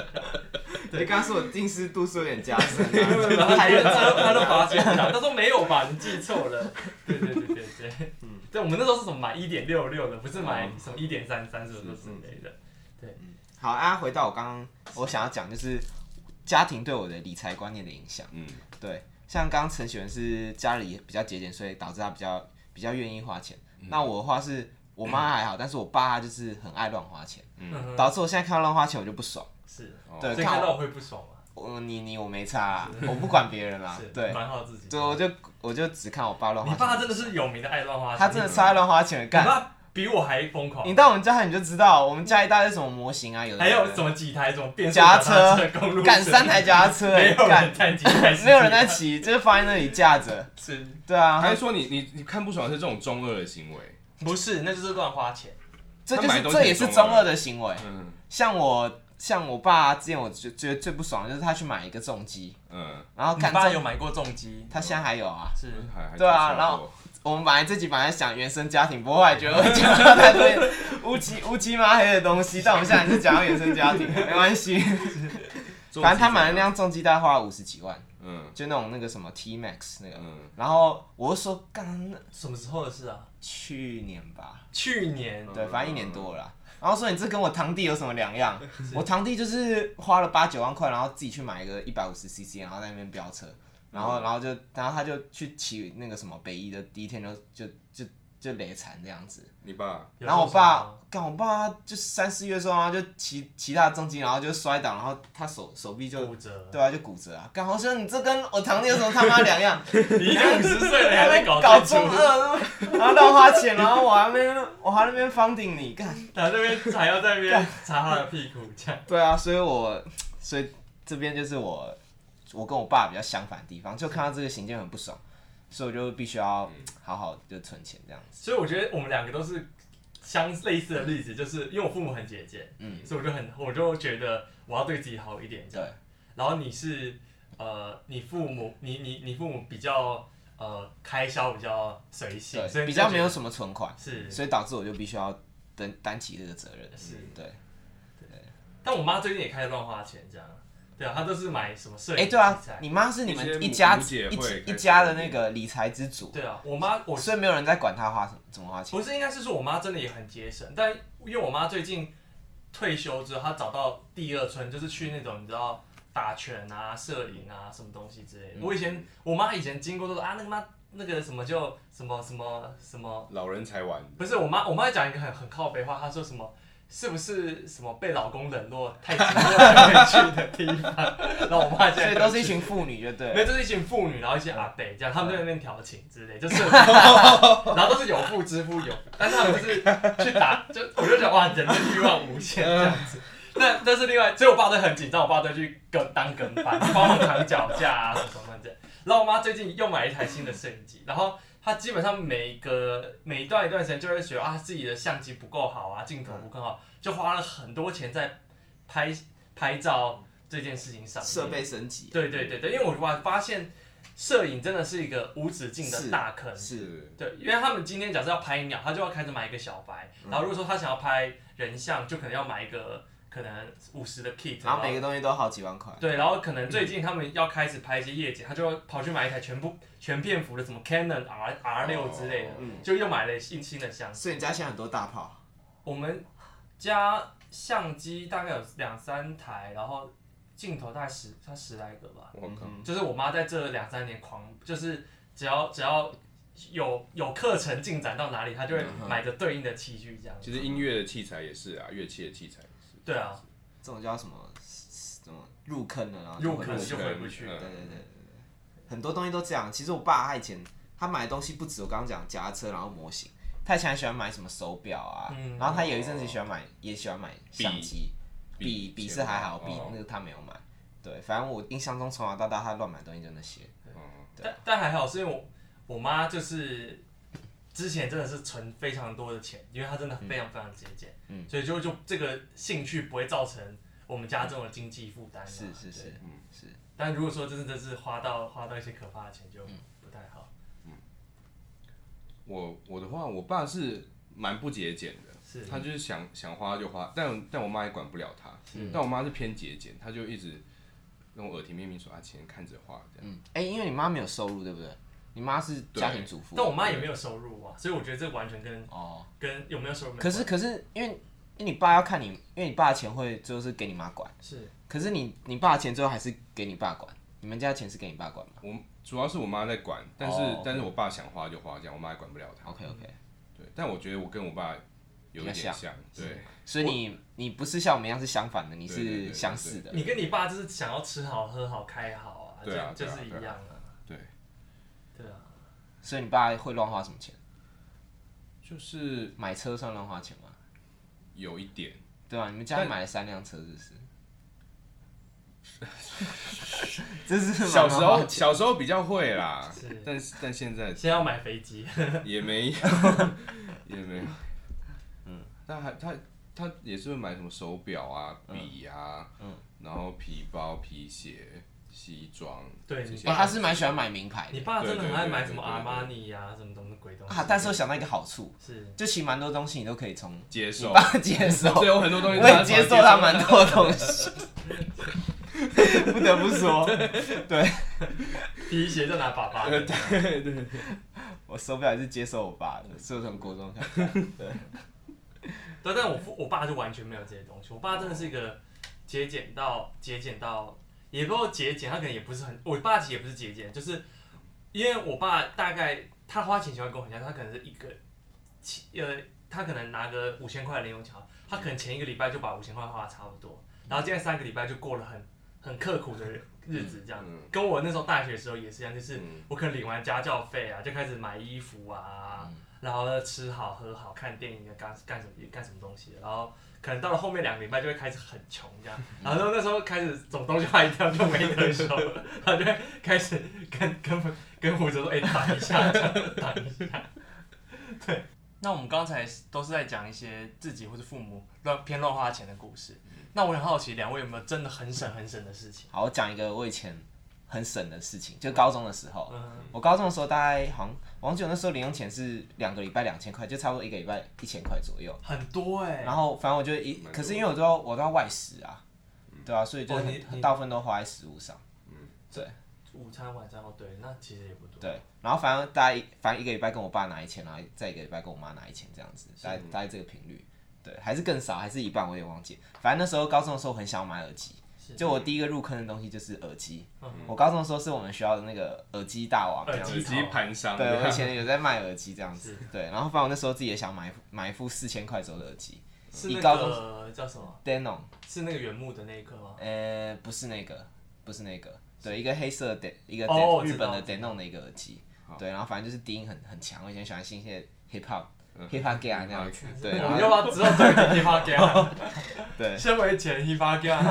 Speaker 1: 你刚刚说我近视度数有点加深
Speaker 2: 然后
Speaker 1: 啊，
Speaker 2: 她
Speaker 1: 太认
Speaker 2: 就
Speaker 1: 真
Speaker 2: 她就
Speaker 1: 了。
Speaker 2: 发现了，她说没有吧，你记错了。对对对对对，嗯，对我们那时候是什么买一点六六的，不是买什么一点三三什么之类的。
Speaker 1: 好，啊，回到我刚刚我想要讲，就是家庭对我的理财观念的影响。
Speaker 3: 嗯，
Speaker 1: 对，像刚刚陈雪文是家里比较节俭，所以导致他比较比较愿意花钱。
Speaker 2: 嗯
Speaker 3: 嗯
Speaker 1: 那我的话是我妈还好，但是我爸他就是很爱乱花钱，
Speaker 2: 嗯哼，
Speaker 1: 导致我现在看到乱花钱我就不爽。
Speaker 2: 是，
Speaker 3: 哦
Speaker 1: 对，
Speaker 2: 所以
Speaker 1: 看
Speaker 2: 看
Speaker 1: 我
Speaker 2: 到我会不爽嘛？
Speaker 1: 我你你我没差啊，我不管别人啦
Speaker 2: 是，。
Speaker 1: 啊对，
Speaker 2: 管好自己。
Speaker 1: 对，我就我就只看我爸乱花
Speaker 2: 你
Speaker 1: 钱。
Speaker 2: 爸真的是有名的爱乱花钱，
Speaker 1: 他真的超爱乱花钱的，
Speaker 2: 你
Speaker 1: 干。
Speaker 2: 爸比我还疯狂
Speaker 1: 你。到我们家你就知道，我们家一大堆什么模型啊，有的
Speaker 2: 还有
Speaker 1: 没的
Speaker 2: 什么几台什么变速
Speaker 1: 夹
Speaker 2: 车
Speaker 1: 车、
Speaker 2: 公路车
Speaker 1: 干三台脚踏车， 欸
Speaker 2: 没有
Speaker 1: 干
Speaker 2: 人 在几啊台，
Speaker 1: 没有人在骑，就是放在那里架着。
Speaker 2: 吃，
Speaker 1: 对啊，
Speaker 3: 还是说你你你看不爽是这种中二的行为？
Speaker 2: 不是，那就是乱花钱。
Speaker 1: 这就
Speaker 3: 他
Speaker 1: 是
Speaker 3: 买东西
Speaker 1: 这也是
Speaker 2: 啊
Speaker 1: 中二
Speaker 3: 很
Speaker 1: 的行为。
Speaker 3: 嗯
Speaker 1: 像我像我爸之前，我觉觉得最不爽的就是他去买一个重机，
Speaker 3: 嗯，
Speaker 1: 然后
Speaker 2: 你
Speaker 1: 干
Speaker 2: 爸
Speaker 1: 重
Speaker 2: 有买过重机？
Speaker 1: 他现在还有啊。
Speaker 2: 是
Speaker 3: 还还
Speaker 1: 对啊
Speaker 3: 不错
Speaker 1: 然后我们本来这集本来想原生家庭，不过后来觉得会讲到太多 乌漆乌漆嘛黑的东西，但我们现在还是讲到原生家庭，没关系。反正他买的那，辆重机大概花了五十几万，
Speaker 3: 嗯
Speaker 1: 就那种那个什么 T Max 那个。
Speaker 3: 嗯，
Speaker 1: 然后我就说，干，那
Speaker 2: 什么时候的事啊？
Speaker 1: 去年吧，
Speaker 2: 去年
Speaker 1: 对，反正一年多了啦。然后说你这跟我堂弟有什么 两样？我堂弟就是花了八九万块，然后自己去买一个一百五十 CC，然后在那边
Speaker 2: 嗯
Speaker 1: 飙车，然后然后就然后他就去骑那个什么北一的第一天就就就就累残这样子。
Speaker 3: 你爸
Speaker 2: 有
Speaker 1: 然后我
Speaker 2: 受伤
Speaker 1: 爸
Speaker 2: 吗，
Speaker 1: 干我爸就三四月的时候啊，就骑骑他的重机，然后就摔倒，然后他手手臂就
Speaker 2: 骨折，
Speaker 1: 对啊就骨折啊。干好像你这跟我堂弟有什么他妈两样？
Speaker 2: 你五十岁了还在搞
Speaker 1: 搞
Speaker 2: 建
Speaker 1: 中
Speaker 2: 筑，
Speaker 1: 二，然后乱花钱，然后我还那边我还那边方顶你干。
Speaker 2: 然后那边还要在那边擦他的屁股，这样
Speaker 1: 对啊，所以我所以这边就是我我跟我爸比较相反的地方，就看到这个行径很不爽，所以我就必须要
Speaker 2: 嗯
Speaker 1: 好好的存钱这样子。
Speaker 2: 所以我觉得我们两个都是相类似的例子，就是因为我父母很节俭，
Speaker 1: 嗯
Speaker 2: 所以我就很我就觉得我要对自己好一点，这样。然后你是呃，你父母你你你父母比较呃开销比较随性，所以
Speaker 1: 对，
Speaker 2: 你
Speaker 1: 比
Speaker 2: 就
Speaker 1: 较
Speaker 2: 觉
Speaker 1: 没
Speaker 2: 得
Speaker 1: 有什么存款，
Speaker 2: 是
Speaker 1: 所以导致我就必须要担担起这个责任。
Speaker 2: 是
Speaker 1: 对，
Speaker 2: 但我妈最近也开始乱花钱，这样。对啊，她都是买什么摄
Speaker 1: 哎，
Speaker 2: 影器
Speaker 1: 对啊
Speaker 2: 材，。
Speaker 1: 你妈是你
Speaker 3: 一些
Speaker 1: 们
Speaker 3: 母
Speaker 1: 一家
Speaker 3: 母姐
Speaker 1: 一
Speaker 3: 会
Speaker 1: 一
Speaker 3: 开始
Speaker 1: 家的那个理财之主，
Speaker 2: 对啊，我妈我
Speaker 1: 所以没有人在管她花什么怎么花钱。
Speaker 2: 不是应该是说我妈真的也很节省，但因为我妈最近退休之后，她找到第二春，就是去那种你知道打拳啊、摄影啊什么东西之类的。我以前我妈以前经过都说啊，那个妈那个什么就什么什么什么，
Speaker 3: 老人才玩，
Speaker 2: 不是我妈我妈讲一个很很靠北话，她说什么。是不是什么被老公冷落太寂寞才会去的地方？ 然后我妈现
Speaker 1: 所
Speaker 2: 在
Speaker 1: 以都是一群妇女，就对
Speaker 2: 没
Speaker 1: 了。
Speaker 2: 有，就是一群妇女，然后一些阿伯这样，他们在那边调情之类，就是，然后都是有妇之夫有，但是他们就是去打，就我就觉得哇，人的欲望无限这样子。那但是另外，所以我爸都很紧张，我爸都去跟当跟班，帮忙扛脚架啊什么什么这样。然后我妈最近又买了一台新的摄影机，然后她基本上每个每一段一段时间就会觉得啊自己的相机不够好啊，镜头不够好，就花了很多钱在拍拍照这件事情上面。
Speaker 1: 设备升级
Speaker 2: 对对对对，因为我发发现摄影真的是一个无止境的
Speaker 1: 是
Speaker 2: 大坑。
Speaker 1: 啊是
Speaker 2: 对，因为他们今天假设要拍鸟，他就要开始买一个小白，然后如果说他想要拍人像，就可能要买一个可能五十的 kit，
Speaker 1: 然后每个东西都好几万块。
Speaker 2: 对，然后可能最近他们要开始拍一些夜景，他就要跑去买一台全部全片幅的什么 Canon R R 六之类的，
Speaker 1: 嗯
Speaker 3: 哦
Speaker 2: 就又买了新新的相机。
Speaker 1: 所以你家现在很多大炮，啊
Speaker 2: 我们家相机大概有两三台，然后镜头大概十，它十来个吧。
Speaker 3: 我靠，
Speaker 1: 嗯
Speaker 2: 嗯就是我妈在这两三年狂，就是只要只要有有课程进展到哪里，她就
Speaker 1: 嗯
Speaker 2: 会买着对应的器具这样。
Speaker 3: 其实音乐的器材也是啊，乐器的器材也是。
Speaker 2: 对啊，
Speaker 1: 这种叫什么什么入坑了，然后
Speaker 2: 入
Speaker 1: 会
Speaker 2: 坑
Speaker 1: 入
Speaker 2: 就回不去。
Speaker 3: 嗯
Speaker 1: 对对对对对，很多东西都这样。其实我爸他以前他买的东西不止我刚刚讲脚踏车，然后模型，他以前还喜欢买什么手表啊，
Speaker 2: 嗯
Speaker 1: 然后他有一阵子喜欢买，也喜欢买相机，笔笔是还好，笔
Speaker 3: 哦
Speaker 1: 那个他没有买。对，反正我印象中从小到大他乱买东西就那些。嗯
Speaker 3: 嗯
Speaker 2: 但但还好，是因为我我妈就是之前真的是存非常多的钱，因为她真的非常非常节俭，
Speaker 1: 嗯
Speaker 2: 所以就就这个兴趣不会造成我们家这种经济负担啊。
Speaker 1: 是
Speaker 2: 对
Speaker 1: 是是，是。
Speaker 2: 但如果说真的是花到花到一些可怕的钱，就
Speaker 1: 嗯
Speaker 2: 不太好。
Speaker 3: 我我的话，我爸是蛮不节俭的，
Speaker 2: 是
Speaker 3: 他就是想想花就花，但但我妈也管不了他。但我妈是偏节俭，她就一直用耳提面命说啊，钱看着花这样。
Speaker 1: 嗯，哎、因为你妈没有收入，对不对？你妈是家庭主妇。
Speaker 2: 但我妈也没有收入啊，所以我觉得这完全跟
Speaker 1: 哦。
Speaker 2: 跟有没有收入没关
Speaker 1: 可是可是因为因为你爸要看你，因为你爸的钱会就是给你妈管，
Speaker 2: 是。
Speaker 1: 可是你你爸的钱最后还是给你爸管，你们家的钱是给你爸管吗
Speaker 3: 我主要是我妈在管，但是、
Speaker 1: 哦，OK
Speaker 3: 但是我爸想花就花这样，我妈也管不了他。
Speaker 1: ？OK OK，
Speaker 3: 对，但我觉得我跟我爸有一
Speaker 1: 比
Speaker 3: 点
Speaker 1: 较
Speaker 3: 像，对，
Speaker 1: 所以你你不是像我们一样是相反的，你
Speaker 3: 对对对
Speaker 1: 是
Speaker 3: 对
Speaker 1: 相似的。
Speaker 2: 你跟你爸就是想要吃好喝好开好啊，
Speaker 3: 对啊
Speaker 2: 这
Speaker 3: 对
Speaker 2: 样
Speaker 3: 啊
Speaker 2: 就是一样啊，
Speaker 3: 对，
Speaker 2: 对啊，
Speaker 1: 所以你爸会乱花什么钱？
Speaker 3: 就是
Speaker 1: 买车算乱花钱吗？
Speaker 3: 有一点。
Speaker 1: 对啊吧、你们家
Speaker 3: 但
Speaker 1: 买了三辆车，是不 是？这是
Speaker 3: 小时
Speaker 1: 蛮
Speaker 3: 候
Speaker 1: 乱花
Speaker 3: 小时候比较会啦
Speaker 2: 是，
Speaker 3: 但是啊但现在
Speaker 2: 先要买飞机，
Speaker 3: 也没也没，嗯，但还他他也是会买什么手表啊、笔啊，嗯，然后皮包、皮鞋、西装，
Speaker 2: 对
Speaker 3: 这
Speaker 2: 你
Speaker 3: 些
Speaker 1: 哦，他是蛮喜欢买名牌
Speaker 2: 你
Speaker 1: 的
Speaker 2: 爸真的很爱买什么
Speaker 3: 对对
Speaker 2: 阿
Speaker 3: 对对
Speaker 2: 玛尼呀，什么东西鬼东西
Speaker 1: 啊。但是我想到一个好处，
Speaker 2: 是
Speaker 1: 就其实蛮多东西你都可以从
Speaker 3: 接
Speaker 1: 你
Speaker 3: 受，
Speaker 1: 爸接受。
Speaker 3: 所以有很多东西
Speaker 1: 我也
Speaker 3: 他
Speaker 1: 接受他蛮多东西，不得不 说，
Speaker 2: 皮鞋就拿爸爸 的，
Speaker 1: 我手表也是接受我爸的，是从国中开始。
Speaker 2: 对，但我父我爸就完全没有这些东西，我爸真的是一个节俭到节俭到，也不是说节俭，他可能也不是很，我爸其实也不是节俭，就是因为我爸大概他花钱习惯跟我很像，他可能是一个其呃，他可能拿个五千块零用钱，他可能前一个礼拜就把五千块花的差不多，然后接下来三个礼拜就过了很很刻苦的日子，这样。
Speaker 3: 嗯
Speaker 2: 跟我那时候大学的时候也是一样，就是
Speaker 3: 嗯
Speaker 2: 我可能领完家教费啊，就开始买衣服啊，然后呢吃好喝好，看电影啊，干干什么干什么东西，然后可能到了后面两个礼拜就会开始很穷这 样，然后那时候开始什么东西坏掉就没得修了，然后就会开始跟 跟跟胡哲说，哎、挡一下，这样挡一下。 对，那我们刚才都是在讲一些自己或是父母乱偏乱花钱的故事，那我很好奇两位有没有真的很省很省的事情？
Speaker 1: 好，我讲一个我以前很省的事情，就高中的时候，
Speaker 2: 嗯，
Speaker 1: 我高中的时候大概好像王九那时候零用钱是两个礼拜两千块，就差不多一个礼拜一千块左右。
Speaker 2: 很多哎、
Speaker 1: 然后反正我就一，
Speaker 3: 蛮多的
Speaker 1: 可是因为我都要我都要外食啊，对啊，所以就
Speaker 2: 哦
Speaker 1: 很
Speaker 2: 你
Speaker 1: 很
Speaker 2: 你
Speaker 1: 大部分都花在食物上。
Speaker 2: 午餐、晚餐哦，对，那其实也不多。
Speaker 1: 对，然后反正大概反正一个礼拜跟我爸拿一千，然后再一个礼拜跟我妈拿一千这样子，大概大概这个频率。对，还是更少，还是一半，我也忘记。反正那时候高中的时候，我很想买耳机，
Speaker 2: 是
Speaker 1: 就我第一个入坑的东西就是耳机。
Speaker 2: 嗯
Speaker 1: 我高中的时候是我们学校的那个耳机大王，这样
Speaker 3: 耳
Speaker 1: 子。
Speaker 3: 机盘商，
Speaker 1: 对，我以前有在卖耳机这样子
Speaker 2: 是。
Speaker 1: 对，然后反正我那时候自己也想买一副买一副四千块左右的耳机
Speaker 2: 是
Speaker 1: 一
Speaker 2: 那
Speaker 1: 高嗯
Speaker 2: 个叫什么？
Speaker 1: ，Denon，
Speaker 2: 是那个原木的那一颗吗？
Speaker 1: 呃，不是那个，不是那个，对，一个黑色的，一个
Speaker 2: 哦
Speaker 1: Den-
Speaker 2: 我
Speaker 1: 日
Speaker 2: 知道
Speaker 1: 本的 Denon 的一个耳机
Speaker 3: 好，
Speaker 1: 对，然后反正就是低音很很强，我以前喜欢听一些 hip hop。hip
Speaker 3: 嗯
Speaker 1: hop gay 啊那样子，对，
Speaker 2: 我
Speaker 1: 然
Speaker 2: 们
Speaker 1: 后
Speaker 2: 要不要之后做一个 hip hop gang？
Speaker 1: 对，
Speaker 2: 身为前 hip hop gang，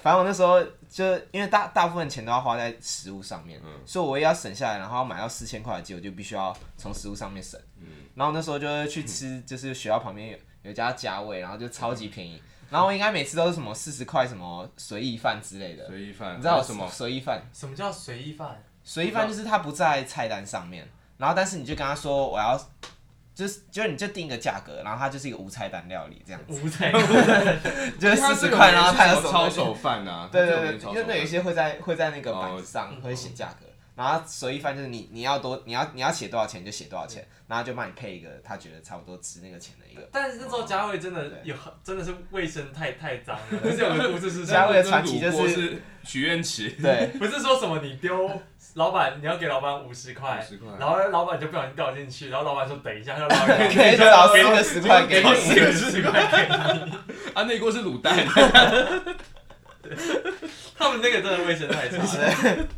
Speaker 1: 反正我那时候就因为大大部分钱都要花在食物上面，
Speaker 3: 嗯
Speaker 1: 所以我也要省下来，然后要买到四千块的鸡，我就必须要从食物上面省。
Speaker 3: 嗯
Speaker 1: 然后那时候就会去 吃，就是学校旁边有有一家家味，然后就超级便宜。
Speaker 3: 嗯
Speaker 1: 然后我应该每次都是什么四十块什么随意饭之类的，
Speaker 3: 随意饭，
Speaker 1: 你知道
Speaker 3: 嗯还有什么？
Speaker 1: 随意饭？
Speaker 2: 什么叫随意饭？
Speaker 1: 随意饭就是它不在菜单上面，然后但是你就跟他说我要，就是就是你就定一个价格，然后它就是一个无菜单料理 这样，
Speaker 2: 无 菜，
Speaker 1: 就是四十块，然后它
Speaker 3: 它
Speaker 1: 有
Speaker 3: 有
Speaker 1: 什么
Speaker 3: 抄手饭啊？
Speaker 1: 对
Speaker 3: 它
Speaker 1: 对
Speaker 3: 有
Speaker 1: 对，
Speaker 3: 抄
Speaker 1: 因
Speaker 3: 手
Speaker 1: 为那有一
Speaker 3: 饭
Speaker 1: 些会在会在那个板
Speaker 3: 哦
Speaker 1: 子上会写价格，然后随意饭就是你你要多你要你要写多少钱就写多少钱，然后就帮你配一个他觉得差不多值那个钱的 一个。
Speaker 2: 但是那时候家卫真的
Speaker 1: 对
Speaker 2: 有，真的是卫生太太脏了。不是有个故事是
Speaker 1: 家
Speaker 2: 说，
Speaker 1: 卫的传奇就是
Speaker 3: 那个是许愿池，
Speaker 1: 对，
Speaker 2: 不是说什么你丢老板，你要给老板五十块
Speaker 3: 50，块
Speaker 2: 然后老板就不小心掉进去，然后老板说等一下，然后老板
Speaker 1: 可以找四个十块给
Speaker 3: 给你
Speaker 1: 你。
Speaker 2: 十块给你
Speaker 3: 啊，那一锅是卤蛋，
Speaker 2: 他们那个真的卫生太差 了。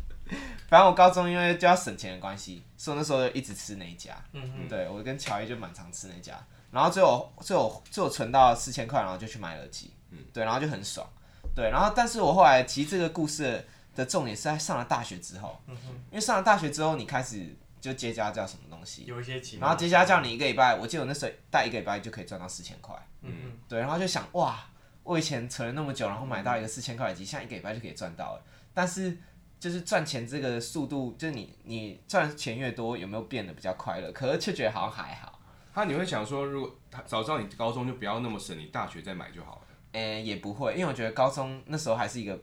Speaker 1: 反正我高中因为就要省钱的关系，所以我那时候一直吃那一家。
Speaker 2: 嗯嗯，
Speaker 1: 对我跟乔伊就蛮常吃那家，然后最后最后最后存到四千块，然后就去买耳机，对，然后就很爽，对，然后但是我后来其实这个故事的重点是在上了大学之后，因为上了大学之后你开始就接家教什么东西，
Speaker 2: 有一些奇
Speaker 1: 然后
Speaker 2: 葩。
Speaker 1: 接家教你一个礼拜，我记得我那时候带一个礼拜就可以赚到四千块，
Speaker 2: 嗯嗯，
Speaker 1: 对，然后就想哇，我以前存了那么久，然后买到一个四千块的机，现在一个礼拜就可以赚到了。但是就是赚钱这个速度，就是你你赚钱越多，有没有变得比较快乐？可是却觉得好像还好，
Speaker 3: 他你会想说，如果他早知道你高中就不要那么省，你大学再买就好了。
Speaker 1: 诶、也不会，因为我觉得高中那时候还是一个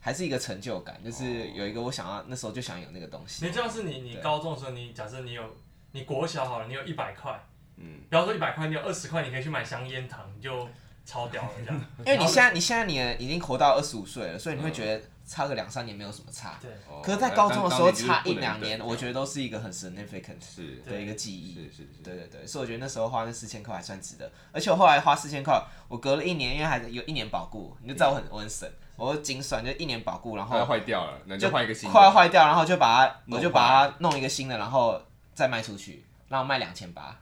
Speaker 1: 还是一个成就感，就是有一个我想要那时候就想有那个东西
Speaker 2: 你。这样是你你高中的时候，你假设你有你国小好了，你有一百块，
Speaker 3: 嗯，
Speaker 2: 比方说一百块，你有二十块，你可以去买香烟糖，你就超屌了这 样。
Speaker 1: 因为你现在你现在你已经活到二十五岁了，所以你会觉得差个两三年没有什么差。
Speaker 2: 对，
Speaker 3: 嗯哦
Speaker 1: 可是，在高中的时候
Speaker 3: 但当年
Speaker 1: 差
Speaker 3: 就是
Speaker 1: 一
Speaker 3: 不能
Speaker 1: 两年，
Speaker 3: 等
Speaker 1: 我觉得都是一个很 significant
Speaker 3: 是
Speaker 1: 的一个记忆。
Speaker 3: 是是是，
Speaker 1: 对对对，所以我觉得那时候花那四千块还算值得，而且我后来花四千块，我隔了一年，因为还有一年保固，你就知道我很我很省，我就精算就一年保固，然
Speaker 3: 它
Speaker 1: 后
Speaker 3: 坏掉了，那
Speaker 1: 就
Speaker 3: 就换一个新的。
Speaker 1: 快要坏掉，然后就把它
Speaker 3: 弄
Speaker 1: 我就把它弄一个新的，然后再卖出去，然后卖两千八，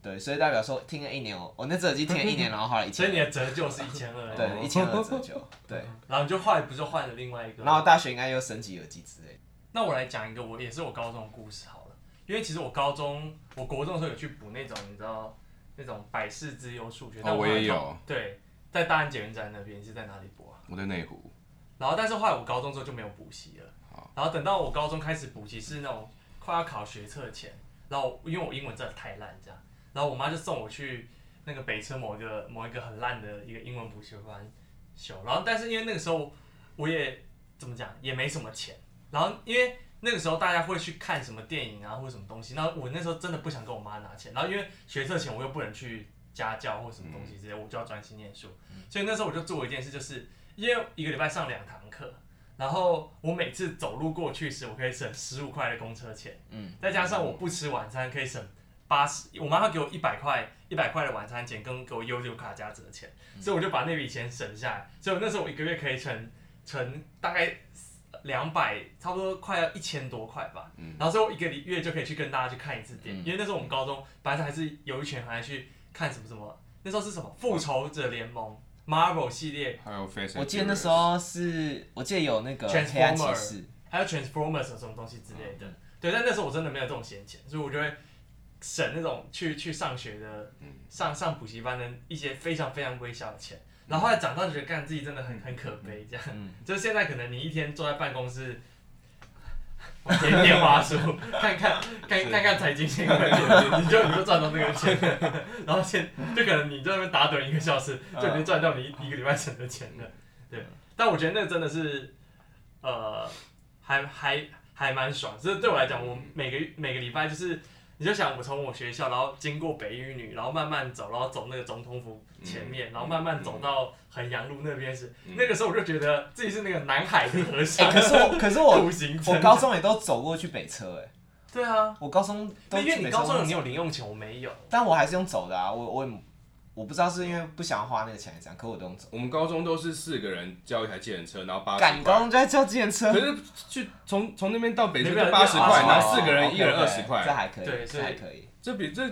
Speaker 1: 对，所以代表说听了一年，我我那只耳机听了一年，然后花了一
Speaker 2: 所以
Speaker 1: 千
Speaker 2: 你，的折旧是一千二。
Speaker 1: 对，一千二折旧，对，
Speaker 2: 然后你就换，不就换了另外一个？
Speaker 1: 然后大学应该又升级耳机之类的，
Speaker 2: 那我来讲一个我也是我高中的故事好了，因为其实我高中我国中的时候有去补那种你知道那种百事之优数学，但
Speaker 3: 哦，我
Speaker 2: 后来
Speaker 3: 也有，
Speaker 2: 对，在大安捷运站那边你是在哪里补啊？
Speaker 3: 我在内湖。
Speaker 2: 然后但是后来我高中之后就没有补习了，然后等到我高中开始补习是那种快要考学测前，然后因为我英文真的太烂这样，然后我妈就送我去那个北车某一个某一个很烂的一个英文补习班修，然后但是因为那个时候我也怎么讲也没什么钱，然后因为。那个时候大家会去看什么电影啊，或者什么东西。那我那时候真的不想跟我妈拿钱，然后因为学测前我又不能去家教或什么东西之类，我就要专心念书。所以那时候我就做一件事，就是因为一个礼拜上两堂课，然后我每次走路过去时，我可以省十五块的公车钱，
Speaker 1: 嗯，
Speaker 2: 再加上我不吃晚餐可以省八十，我妈会给我一百块，一百块的晚餐钱跟给我悠游卡加折钱，
Speaker 1: 嗯
Speaker 2: 所以我就把那笔钱省下来，所以那时候我一个月可以存存大概两百，差不多快要一千多块吧。
Speaker 3: 嗯
Speaker 2: 然后所以我一个月就可以去跟大家去看一次电影，
Speaker 1: 嗯
Speaker 2: 因为那时候我们高中本来还是有一群还去看什么什么，那时候是什么复仇者联盟 Marvel 系列，
Speaker 3: 还有 Fast，
Speaker 1: 我记得那时候是，我记得有那个黑暗骑士，
Speaker 2: 还有 Transformers 什么东西之类的。对，但那时候我真的没有这种闲钱，所以我就会省那种去去上学的、上上补习班的一些非常非常微小的钱。然后后来长大就觉得干自己真的很很可悲，这样。
Speaker 1: 嗯
Speaker 2: 就是现在可能你一天坐在办公室。 点点花书， 看看看看看财经新闻，你就你就赚到那个钱， 然后现就可能你在那边打盹一个小时，就已经赚到你一一个礼拜省的钱了。对，但我觉得那真的是，呃，还还还蛮爽。这对我来讲，我每个每个礼拜就是，你就想我从我学校，然后经过北一女，然后慢慢走，然后走那个总统府前面，然后慢慢走到衡阳路那边是，那个时候我就觉得自己是那个南海的和
Speaker 1: 嗯哎、
Speaker 2: 尚。
Speaker 1: 可是我，可是 我，
Speaker 2: 苦行僧
Speaker 1: 我高中也都走过去北车、哎，
Speaker 2: 对啊，
Speaker 1: 我高中都
Speaker 2: 因
Speaker 1: 去
Speaker 2: 为
Speaker 1: 北
Speaker 2: 你
Speaker 1: 车
Speaker 2: 高中有
Speaker 1: 走
Speaker 2: 你有零用钱，我没有。
Speaker 1: 但我还是用走的啊，我我也我不知道是因为不想花那个钱还是怎样，可我都用走。
Speaker 3: 我们高中都是四个人叫一台计程车，然后八
Speaker 1: 赶
Speaker 3: 十
Speaker 1: 高
Speaker 3: 块。
Speaker 1: 中就在叫计程车
Speaker 3: 啊可，是去从从那边到北京
Speaker 2: 那边
Speaker 3: 就八十块，
Speaker 2: 20
Speaker 3: 然后四个
Speaker 1: 哦
Speaker 3: 人一人二
Speaker 1: OK，OK，
Speaker 3: 十块
Speaker 1: 这，还可以，
Speaker 2: 对所
Speaker 1: 这
Speaker 2: 以
Speaker 1: 还可以。
Speaker 3: 这比这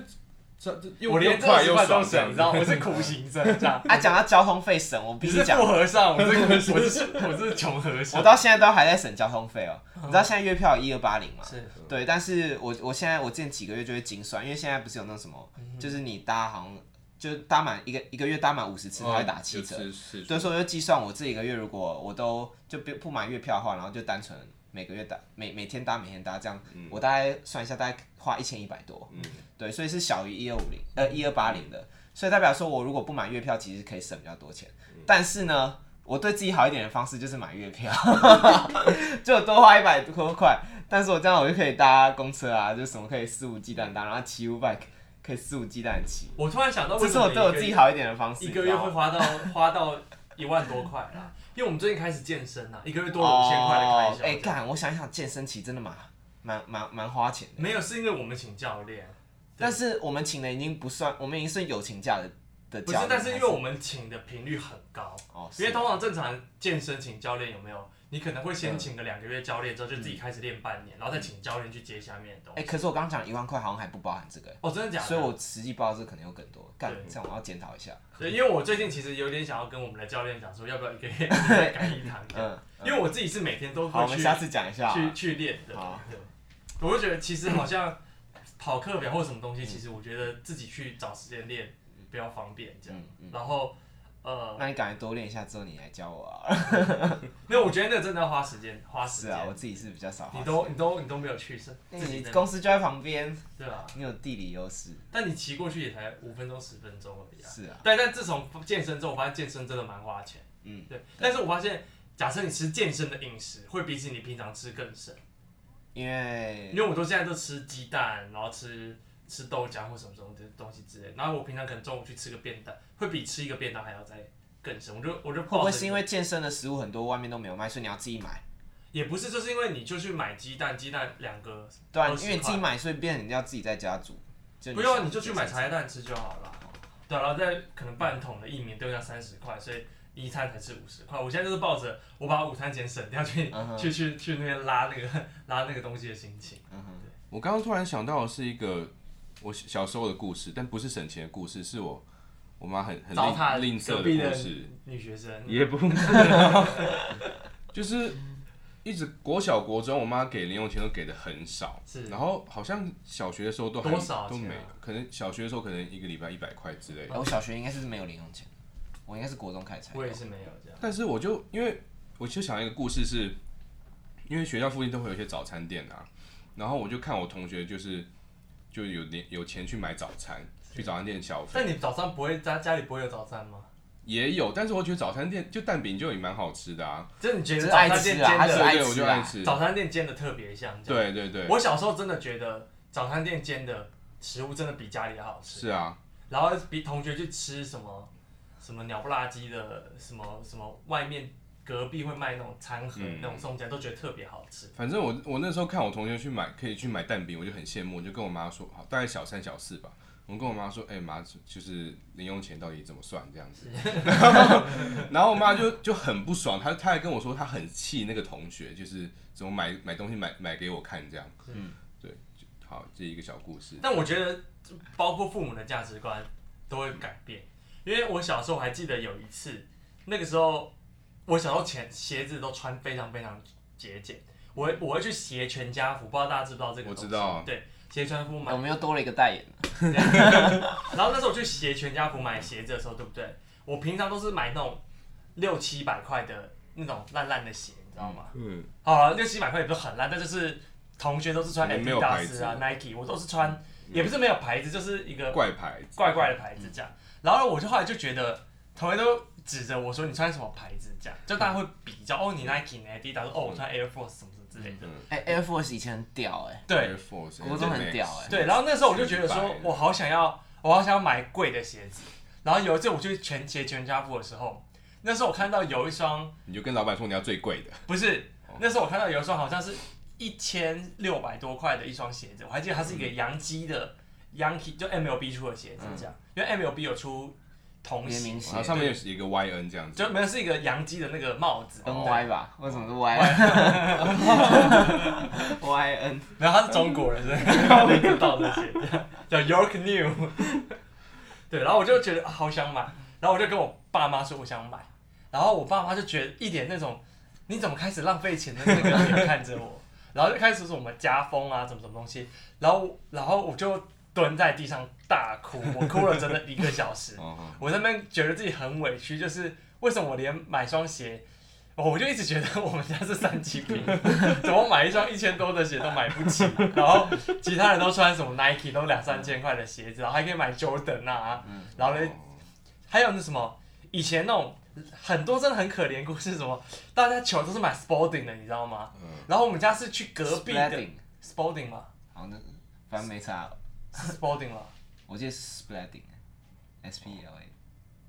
Speaker 3: 这这又
Speaker 2: 我连
Speaker 3: 又
Speaker 2: 这
Speaker 3: 快
Speaker 2: 十
Speaker 3: 又
Speaker 2: 块都
Speaker 3: 爽这
Speaker 2: 省，
Speaker 3: 样
Speaker 2: 你知
Speaker 3: 子。
Speaker 2: 道，我是苦行僧，这 样。
Speaker 1: 啊，讲到交通费省，我必
Speaker 2: 你
Speaker 1: 须
Speaker 2: 是
Speaker 1: 讲
Speaker 2: 富，和尚，我 是我是我是穷和尚。
Speaker 1: 我到现在都还在省交通费哦。你知道现在月票一二八零嘛？
Speaker 2: 是
Speaker 1: 对，但是我我现在我近几个月就会精算，因为现在不是有那种什么，
Speaker 3: 嗯
Speaker 1: 就是你搭好像就是搭满一个一个月搭满五十次，它会打七折。
Speaker 3: 哦是
Speaker 1: 所以说我就计算我这一个月如果我都就不不买月票的话，然后就单纯每个月搭每每天搭每天搭这样，我大概算一下，大概花一千一百多。
Speaker 3: 嗯
Speaker 1: 对，所以是小于一二五零呃一二八零的，所以代表说我如果不买月票，其实可以省比较多钱。
Speaker 3: 嗯
Speaker 1: 但是呢，我对自己好一点的方式就是买月票， 就多花一百多块，但是我这样我就可以搭公车啊，就什么可以肆无忌惮搭，然后骑 u b 可以肆无忌惮骑，
Speaker 2: 我突然想到，
Speaker 1: 这
Speaker 2: 为
Speaker 1: 是
Speaker 2: 什么
Speaker 1: 我对我自己好一点的方式。
Speaker 2: 一个
Speaker 1: 你
Speaker 2: 月
Speaker 1: 知道
Speaker 2: 会
Speaker 1: 吗
Speaker 2: 花到花到一万多块啦，因为我们最近开始健身啊啦，一个月多了五千块的开
Speaker 1: 哦
Speaker 2: 销。
Speaker 1: 哎，干、我想一想，健身其实真的蛮蛮蛮蛮花钱的，
Speaker 2: 没有，是因为我们请教练，
Speaker 1: 但是我们请的已经不算，我们已经是友情价的的
Speaker 2: 不
Speaker 1: 价
Speaker 2: 是
Speaker 1: 了，，
Speaker 2: 但是因为我们请的频率很高，
Speaker 1: 哦，
Speaker 2: 因为
Speaker 1: 是
Speaker 2: 通常正常健身请教练有没有？你可能会
Speaker 1: 嗯
Speaker 2: 先请个两个月教练，之后就自己开始练半年，然后再请教练去接下面的东
Speaker 1: 哎、
Speaker 2: 西。
Speaker 1: 可是我刚刚讲一万块好像还不包含这个，
Speaker 2: 哦，真的假的？
Speaker 1: 所以我实际报这可能有更多。干
Speaker 2: 对，
Speaker 1: 这样我要检讨一下。
Speaker 2: 对，因为我最近其实有点想要跟我们的教练讲说，要不要一 个月一个月改一堂课，
Speaker 1: 嗯，
Speaker 2: 因为我自己是每天都
Speaker 1: 好，我
Speaker 2: 会
Speaker 1: 们
Speaker 2: 去
Speaker 1: 下次讲一下好啊
Speaker 2: 去
Speaker 1: 了。
Speaker 2: 去练的。
Speaker 1: 好
Speaker 2: 对，我就觉得其实好像 跑课表或什么东西，其
Speaker 1: 嗯
Speaker 2: 实我觉得自己去找时间练比较方便这样
Speaker 1: 嗯。嗯，
Speaker 2: 然后呃，
Speaker 1: 那你赶快多练一下之后，你来教我啊。
Speaker 2: 没有，我觉得那真的要花时间，花时
Speaker 1: 是
Speaker 2: 间。
Speaker 1: 啊，我自己是比较少花哎
Speaker 2: 你
Speaker 1: 钱。
Speaker 2: 都你都你都没有去是
Speaker 1: 那
Speaker 2: 自己
Speaker 1: 你
Speaker 2: 在
Speaker 1: 公司就在旁边，
Speaker 2: 对啊吧？
Speaker 1: 你有地理优势。
Speaker 2: 但你骑过去也才五分钟十分钟而已啊。
Speaker 1: 是啊，
Speaker 2: 对，但自从健身之后，我发现健身真的蛮花钱。
Speaker 1: 嗯，
Speaker 2: 对，但是我发现，假设你吃健身的饮食，会比起你平常吃更省，
Speaker 1: 因
Speaker 2: 因
Speaker 1: 为
Speaker 2: 为我都现在都吃鸡蛋，然后吃吃豆浆或什么什么的东西之类，然后我平常可能中午去吃个便当，会比吃一个便当还要再更省。我就我就
Speaker 1: 会不
Speaker 2: 抱
Speaker 1: 会
Speaker 2: 着
Speaker 1: 是因为健身的食物很多外面都没有卖，所以你要自己买？
Speaker 2: 也不是，就是因为你就去买鸡蛋，鸡蛋两个
Speaker 1: 对啊，
Speaker 2: 20
Speaker 1: 因为你自己
Speaker 2: 块
Speaker 1: 买，所以变成你要自己在家煮。就
Speaker 2: 不用，你就去买茶叶蛋吃就好了。对啊，然后再可能半桶的薏米都要三十块，所以一餐才吃五十块。我现在就是抱着我把午餐钱省掉去、
Speaker 1: 嗯哼
Speaker 2: 去去去那边拉那个拉那个东西的心情。
Speaker 3: 我刚刚突然想到的是一个我小时候的故事，但不是省钱的故事，是我我妈很很
Speaker 2: 糟蹋
Speaker 3: 吝吝啬
Speaker 2: 隔壁
Speaker 3: 故事，
Speaker 2: 女学生，
Speaker 3: 也不 就是一直国小国中，我妈给零用钱都给的很少，
Speaker 2: 是
Speaker 3: 然后好像小学的时候都还
Speaker 2: 多少钱啊
Speaker 3: 都没有，可能小学的时候可能一个礼拜一百块之类的
Speaker 1: 哎。我小学应该是没有零用钱，我应该是国中开始才有
Speaker 2: 我也是没有这样。
Speaker 3: 但是我就因为我就想一个故事是，因为学校附近都会有一些早餐店啊，然后我就看我同学就是就有点有钱去买早餐，去早餐店消费
Speaker 2: 但你早上不会家家里不会有早餐吗？
Speaker 3: 也有，但是我觉得早餐店就蛋饼就也蛮好吃的啊，
Speaker 2: 就是你觉得
Speaker 1: 只是
Speaker 2: 早
Speaker 1: 爱
Speaker 2: 餐店
Speaker 1: 吃啊，他
Speaker 2: 煎的
Speaker 1: 只是爱
Speaker 3: 对我
Speaker 1: 吃
Speaker 3: 就
Speaker 1: 啊
Speaker 3: 爱。吃，
Speaker 2: 早餐店煎的特别香。这样，
Speaker 3: 对对对，
Speaker 2: 啊我小时候真的觉得早餐店煎的食物真的比家里好吃。
Speaker 3: 是啊，
Speaker 2: 然后比同学去吃什么什么鸟不拉几的什么什么外面隔壁会卖那种餐盒、
Speaker 3: 嗯
Speaker 2: 那种松饼，都觉得特别好吃。
Speaker 3: 反正我我那时候看我同学去买，可以去买蛋饼，我就很羡慕，我就跟我妈说，好，大概小三小四吧。我跟我妈说，哎、妈，就是零用钱到底怎么算这样子？ 然后我妈就就很不爽，她她还跟我说，她很气那个同学，就是怎么买买东西买买给我看这样。嗯，对，就好，这一个小故事。
Speaker 2: 但我觉得，包括父母的价值观都会改变。因为我小时候还记得有一次，那个时候我小时候前鞋子都穿非常非常节俭，我会我会去鞋全家福，不知道大家知不知道这个
Speaker 3: 我
Speaker 2: 东西？
Speaker 3: 知道
Speaker 2: 对，鞋全家福买
Speaker 1: 我们又多了一个代言。
Speaker 2: 然后那时候我去鞋全家福买鞋子的时候，对不对？我平常都是买那种六七百块的那种烂烂的鞋，你知道吗？
Speaker 3: 嗯，
Speaker 2: 好啊，六七百块也不是很烂，但就是同学都是穿
Speaker 3: 你没有牌
Speaker 2: Adidas
Speaker 3: 子嗯
Speaker 2: 啊、Nike，我都是穿，也不是没有牌子，就是一个
Speaker 3: 怪嗯牌子，
Speaker 2: 怪怪的牌子这样。然后我就后来就觉得，同学都指着我说你穿什么牌子这样，就大家会比较哦，你 Nike、你 Adidas，哦，我穿 Air Force 什么什么之类的。
Speaker 3: 嗯
Speaker 1: 哎，Air Force 以前很屌哎，
Speaker 2: 对
Speaker 3: Air Force，
Speaker 1: 国中很屌
Speaker 3: Air Max
Speaker 1: 哎
Speaker 2: 对，然后那时候我就觉得
Speaker 3: 全
Speaker 2: 说
Speaker 3: 白，
Speaker 2: 我好想要，我好想要买贵的鞋子。然后有一次我去全鞋全家福的时候，那时候我看到有一 双
Speaker 3: 你就跟老板说你要最贵的，
Speaker 2: 不是，那时候我看到有一双好像是一千六百多块的一双鞋子，我还记得它是一个洋基的 Yankee 就 MLB 出的鞋子这样，因为 MLB 有出童
Speaker 1: 联
Speaker 2: 鞋
Speaker 1: 名，
Speaker 3: 然后
Speaker 1: 鞋
Speaker 3: 上面有一个 YN 这样子，
Speaker 2: 就没有是一个洋基的那个帽子，
Speaker 1: ，N Y 吧？为什么是 Y？Y N
Speaker 2: 然后他是中国人，所以他没知道这些，叫 York New。对，然后我就觉得、啊好想买，然后我就跟我爸妈说我想买，然后我爸妈就觉得一点那种你怎么开始浪费钱的那个脸看着我， 然后就开始说我们家风啊，什么什么东西，然后我然后我就蹲在地上大哭，我哭了整整一个小时，
Speaker 3: 哦，哦
Speaker 2: 我那边觉得自己很委屈，就是为什么我连买双鞋，哦我就一直觉得我们家是三级品， 怎么买一双一千多的鞋都买不起，然后其他人都穿什么 Nike 都两三千块的鞋子，然后还可以买 Jordan 啊，然后呢，
Speaker 3: 哦
Speaker 2: 还有那什么以前那种很多真的很可怜故事，什么大家球都是买 Sporting 的，你知道吗？
Speaker 3: 嗯
Speaker 2: 然后我们家是去隔壁的
Speaker 1: Spladding，
Speaker 2: Sporting 嘛，
Speaker 1: 好，那反正没差，
Speaker 2: 是 Sporting 嘛，
Speaker 1: 我记得是 Spladding，S P L A。